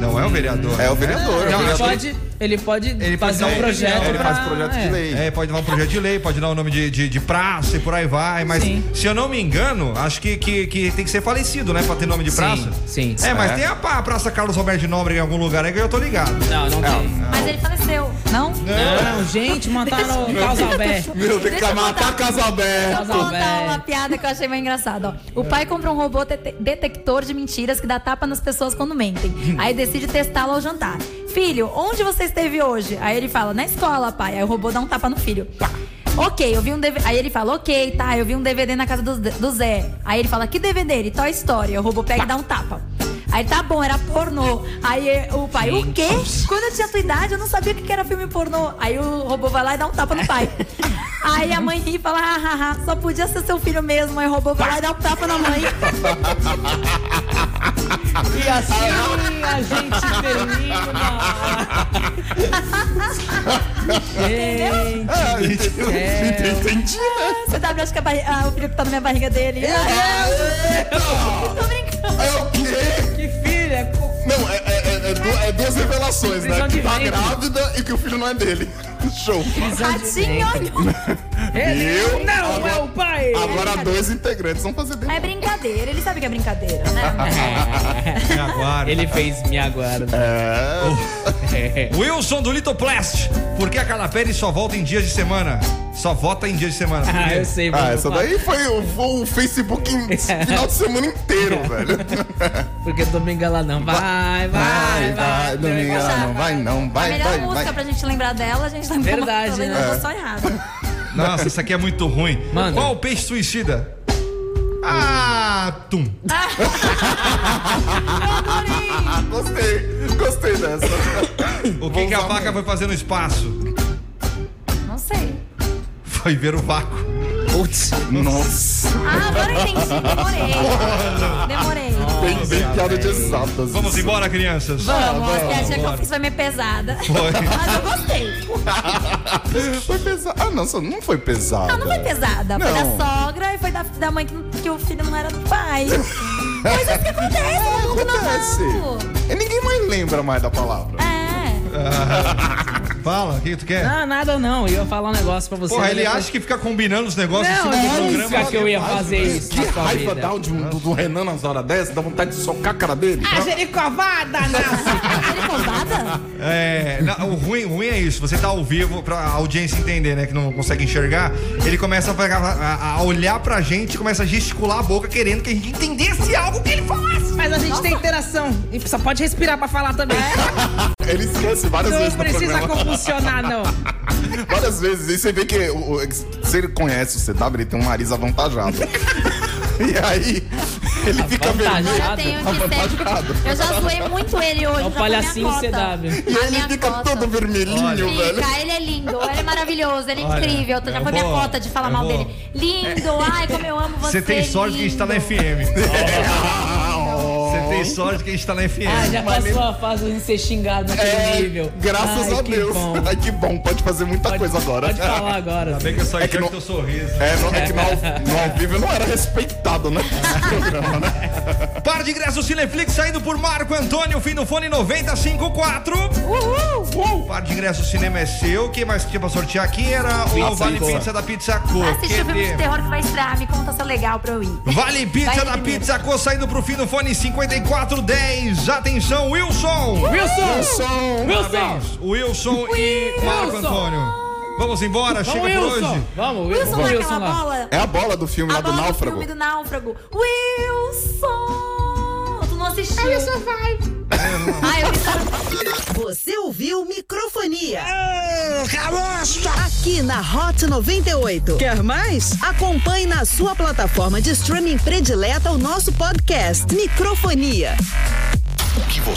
Speaker 5: Não é o vereador.
Speaker 6: É o vereador.
Speaker 7: Ele
Speaker 6: é o vereador. É,
Speaker 7: pode, ele pode fazer um projeto
Speaker 6: Ele
Speaker 7: pra...
Speaker 6: faz projeto de lei.
Speaker 5: É, pode dar um projeto de lei, pode dar o nome de, de, de praça e por aí vai. Mas
Speaker 7: Sim.
Speaker 5: se eu não me engano, acho que, que, que tem que ser falecido, né? Pra ter nome de
Speaker 7: Sim,
Speaker 5: praça.
Speaker 7: sim.
Speaker 5: É, mas
Speaker 6: É.
Speaker 5: tem a, pa- a Praça Carlos Alberto de Nóbrega em algum lugar aí que eu tô ligado.
Speaker 7: [LAUGHS] Não, não tem.
Speaker 4: Mas ele faleceu, não?
Speaker 7: Não, gente, mataram o Casalbé.
Speaker 6: Meu, tem
Speaker 4: Deixa
Speaker 6: que
Speaker 4: eu
Speaker 6: matar
Speaker 4: contar.
Speaker 6: Casalberto.
Speaker 4: Deixa eu contar
Speaker 7: velho.
Speaker 4: uma piada que eu achei meio engraçada. ó. O pai compra um robô tete- detector de mentiras que dá tapa nas pessoas quando mentem. Aí decide testá-lo ao jantar. Filho, onde você esteve hoje? Aí ele fala, na escola, pai. Aí o robô dá um tapa no filho. Pá. Ok, eu vi um DVD. Aí ele fala, ok, tá, eu vi um DVD na casa do, do Zé. Aí ele fala, que DVD? Ele, Toy Story. Aí O robô pega e dá um tapa. Aí tá bom, era pornô. Aí eh, o pai, o quê? Quando eu tinha tua idade, eu não sabia o que que era filme pornô. Aí o robô vai lá e dá um tapa no pai. Aí a mãe ri e fala, ah, ah, ah, só podia ser seu filho mesmo. Aí o robô vai lá e dá um tapa na mãe.
Speaker 9: E assim a gente termina.
Speaker 7: Gente,
Speaker 6: Ah, entendi, entendi, né?
Speaker 4: Você tá acho que a barri- ah, o filho que tá na minha barriga dele. Tô brincando.
Speaker 6: É o quê?
Speaker 7: que filha.
Speaker 6: Não, é, é- é- é du- é duas revelações, né?
Speaker 7: Prisão de
Speaker 6: Que tá
Speaker 7: ventre.
Speaker 6: grávida e que o filho não é dele. [LAUGHS] Show.
Speaker 4: Ah, Ratinho,
Speaker 6: Eu?
Speaker 7: Ele não é o pai.
Speaker 6: Agora dois integrantes vão fazer dele.
Speaker 4: É brincadeira, ele sabe que é brincadeira,
Speaker 6: Ah,
Speaker 4: né?
Speaker 5: Me aguarda.
Speaker 7: É, Ele fez me aguarda.
Speaker 6: É.
Speaker 5: Wilson do Litoplast. Por que a Calapere só volta em dias de semana? Só vota em dias de semana.
Speaker 7: [LAUGHS] Ah, eu sei.
Speaker 6: Ah,
Speaker 7: vou
Speaker 6: essa
Speaker 7: falar.
Speaker 6: daí foi o, foi o
Speaker 7: [LAUGHS]
Speaker 6: Facebook em-
Speaker 7: É.
Speaker 6: final de semana inteiro, velho.
Speaker 7: Porque domingo ela não vai, vai, vai. vai,
Speaker 6: Domingo,
Speaker 4: vai,
Speaker 6: não vai, não,
Speaker 4: A
Speaker 6: vai,
Speaker 4: melhor
Speaker 6: vai,
Speaker 4: música
Speaker 6: vai.
Speaker 4: pra gente lembrar dela, a gente lembra
Speaker 7: Verdade,
Speaker 4: uma,
Speaker 7: né?
Speaker 4: eu tô só errada.
Speaker 5: Nossa, isso aqui é muito ruim.
Speaker 7: Manda.
Speaker 5: Qual o peixe suicida? Ah, tum.
Speaker 6: Ah, gostei, gostei dessa.
Speaker 7: [LAUGHS]
Speaker 5: O que,
Speaker 6: Vou
Speaker 5: que a
Speaker 6: usar
Speaker 5: vaca foi fazer no espaço?
Speaker 4: Não sei.
Speaker 5: Foi ver o vácuo.
Speaker 7: Putz.
Speaker 6: Nossa,
Speaker 4: Ah, agora eu entendi, demorei. Demorei.
Speaker 6: tem bem piada de exatas.
Speaker 5: Vamos
Speaker 6: isso.
Speaker 5: embora, crianças.
Speaker 4: Vamos, a piadinha que eu
Speaker 5: vamos.
Speaker 4: fiz foi meio pesada.
Speaker 5: Foi.
Speaker 4: Mas eu gostei.
Speaker 6: Foi pesado. Ah, não, só não foi pesado.
Speaker 4: Não, não foi pesada. Foi
Speaker 6: Não.
Speaker 4: da sogra e foi da, da mãe que, não- que o filho não era do pai. Coisas que acontecem no mundo
Speaker 6: É, Acontece.
Speaker 4: normal.
Speaker 6: E ninguém mais lembra mais da palavra.
Speaker 4: É.
Speaker 5: Fala, o que tu quer?
Speaker 7: Não, nada não. Eu ia falar um negócio pra você.
Speaker 5: Porra,
Speaker 7: mas
Speaker 5: ele
Speaker 7: depois-
Speaker 5: acha que fica combinando os negócios em
Speaker 7: Não,
Speaker 5: cima do
Speaker 7: é
Speaker 5: programa.
Speaker 7: nunca que eu ia fazer isso.
Speaker 6: Que
Speaker 7: na sua
Speaker 6: raiva
Speaker 7: vida.
Speaker 6: dá o de um- do, do Renan nas horas dessas, dá vontade de socar a cara dele.
Speaker 9: A
Speaker 7: é
Speaker 9: Jericovada, não.
Speaker 4: Ele combada?
Speaker 5: É, não, o ruim, o ruim é isso. Você tá ao vivo pra audiência entender, né? Que não consegue enxergar. Ele começa a, pegar- a- a olhar pra gente, começa a gesticular a boca, querendo que a gente entendesse algo que ele falasse.
Speaker 9: Mas a gente tem interação. E só pode respirar pra falar também.
Speaker 6: Ele esquece
Speaker 7: Então
Speaker 6: várias
Speaker 9: Não
Speaker 6: vezes no
Speaker 9: precisa
Speaker 6: programa.
Speaker 9: compulsionar,
Speaker 7: Um
Speaker 9: não.
Speaker 6: [LAUGHS] Várias vezes. E você vê que o, o- se ele conhece o CW, ele tem um nariz [LAUGHS] avantajado. e aí, ele fica
Speaker 7: Avantajado.
Speaker 6: vermelho.
Speaker 4: Agora eu tenho que
Speaker 6: Avantajado.
Speaker 4: ser. Eu já zoei muito ele hoje.
Speaker 7: É
Speaker 4: já tá minha
Speaker 7: o palhacinho
Speaker 4: cota.
Speaker 7: CW.
Speaker 6: E
Speaker 4: A
Speaker 6: aí ele
Speaker 4: minha
Speaker 6: fica
Speaker 4: cota.
Speaker 6: todo vermelhinho, velho.
Speaker 4: Fica, ele é lindo, ele é maravilhoso, ele é
Speaker 5: Olha,
Speaker 4: incrível. Já
Speaker 5: eu
Speaker 4: foi minha
Speaker 5: vou-
Speaker 4: cota de falar
Speaker 5: eu
Speaker 4: mal
Speaker 5: vou-
Speaker 4: dele. Lindo, ai, como eu amo você.
Speaker 5: tá [LAUGHS] Você tem sorte que a gente tá na
Speaker 4: lindo.
Speaker 5: FM. Você tem sorte que a gente tá na FM.
Speaker 7: Ah, já passou a fase de ser xingado naquele
Speaker 6: É,
Speaker 7: nível.
Speaker 6: graças
Speaker 7: Ai,
Speaker 6: a
Speaker 7: que
Speaker 6: Deus.
Speaker 7: bom.
Speaker 6: Ai, que bom, pode fazer muita coisa agora.
Speaker 7: Pode falar agora.
Speaker 5: Ainda bem que eu só
Speaker 6: É que
Speaker 5: enxergo
Speaker 6: não-
Speaker 5: teu sorriso.
Speaker 6: É, não, é que no, ao- no ao vivo eu não era respeitado, né? Esse programa, né?
Speaker 5: Par de ingressos Cineflix saindo por Marco Antônio, fim do fone 9054. Uhul! Par de ingressos cinema é seu. Quem mais que tinha pra sortear aqui era o
Speaker 6: Pizza
Speaker 5: Vale
Speaker 6: Cor.
Speaker 5: Pizza da Pizza Cor.
Speaker 4: Assiste o filme de
Speaker 5: Cadê?
Speaker 4: terror que vai estrear. Me conta se é legal pra eu ir.
Speaker 5: Vale Pizza
Speaker 4: Vai,
Speaker 5: da
Speaker 4: Felipe.
Speaker 5: Pizza Cor saindo pro fim do fone 5410. Atenção, Wilson!
Speaker 7: Wilson!
Speaker 6: Som.
Speaker 7: Wilson!
Speaker 5: Wilson e Marco
Speaker 7: Wilson!
Speaker 5: Antônio. Vamos embora,
Speaker 7: Vamos,
Speaker 5: chega por
Speaker 7: Wilson!
Speaker 5: hoje.
Speaker 7: Vamos,
Speaker 4: Wilson,
Speaker 7: Wilson,
Speaker 4: lá
Speaker 7: Wilson
Speaker 4: aquela
Speaker 7: lá.
Speaker 4: bola.
Speaker 6: É a bola do filme
Speaker 4: A
Speaker 6: lá do
Speaker 4: bola
Speaker 6: Náufrago.
Speaker 4: filme do Náufrago. Wilson! Tu não assistiu. Ai, eu vi
Speaker 6: [LAUGHS]
Speaker 4: só
Speaker 3: Você ouviu Microfonia. É,
Speaker 1: Caroço!
Speaker 3: Aqui na Hot 98. Quer mais? Acompanhe na sua plataforma de streaming predileta o nosso podcast Microfonia.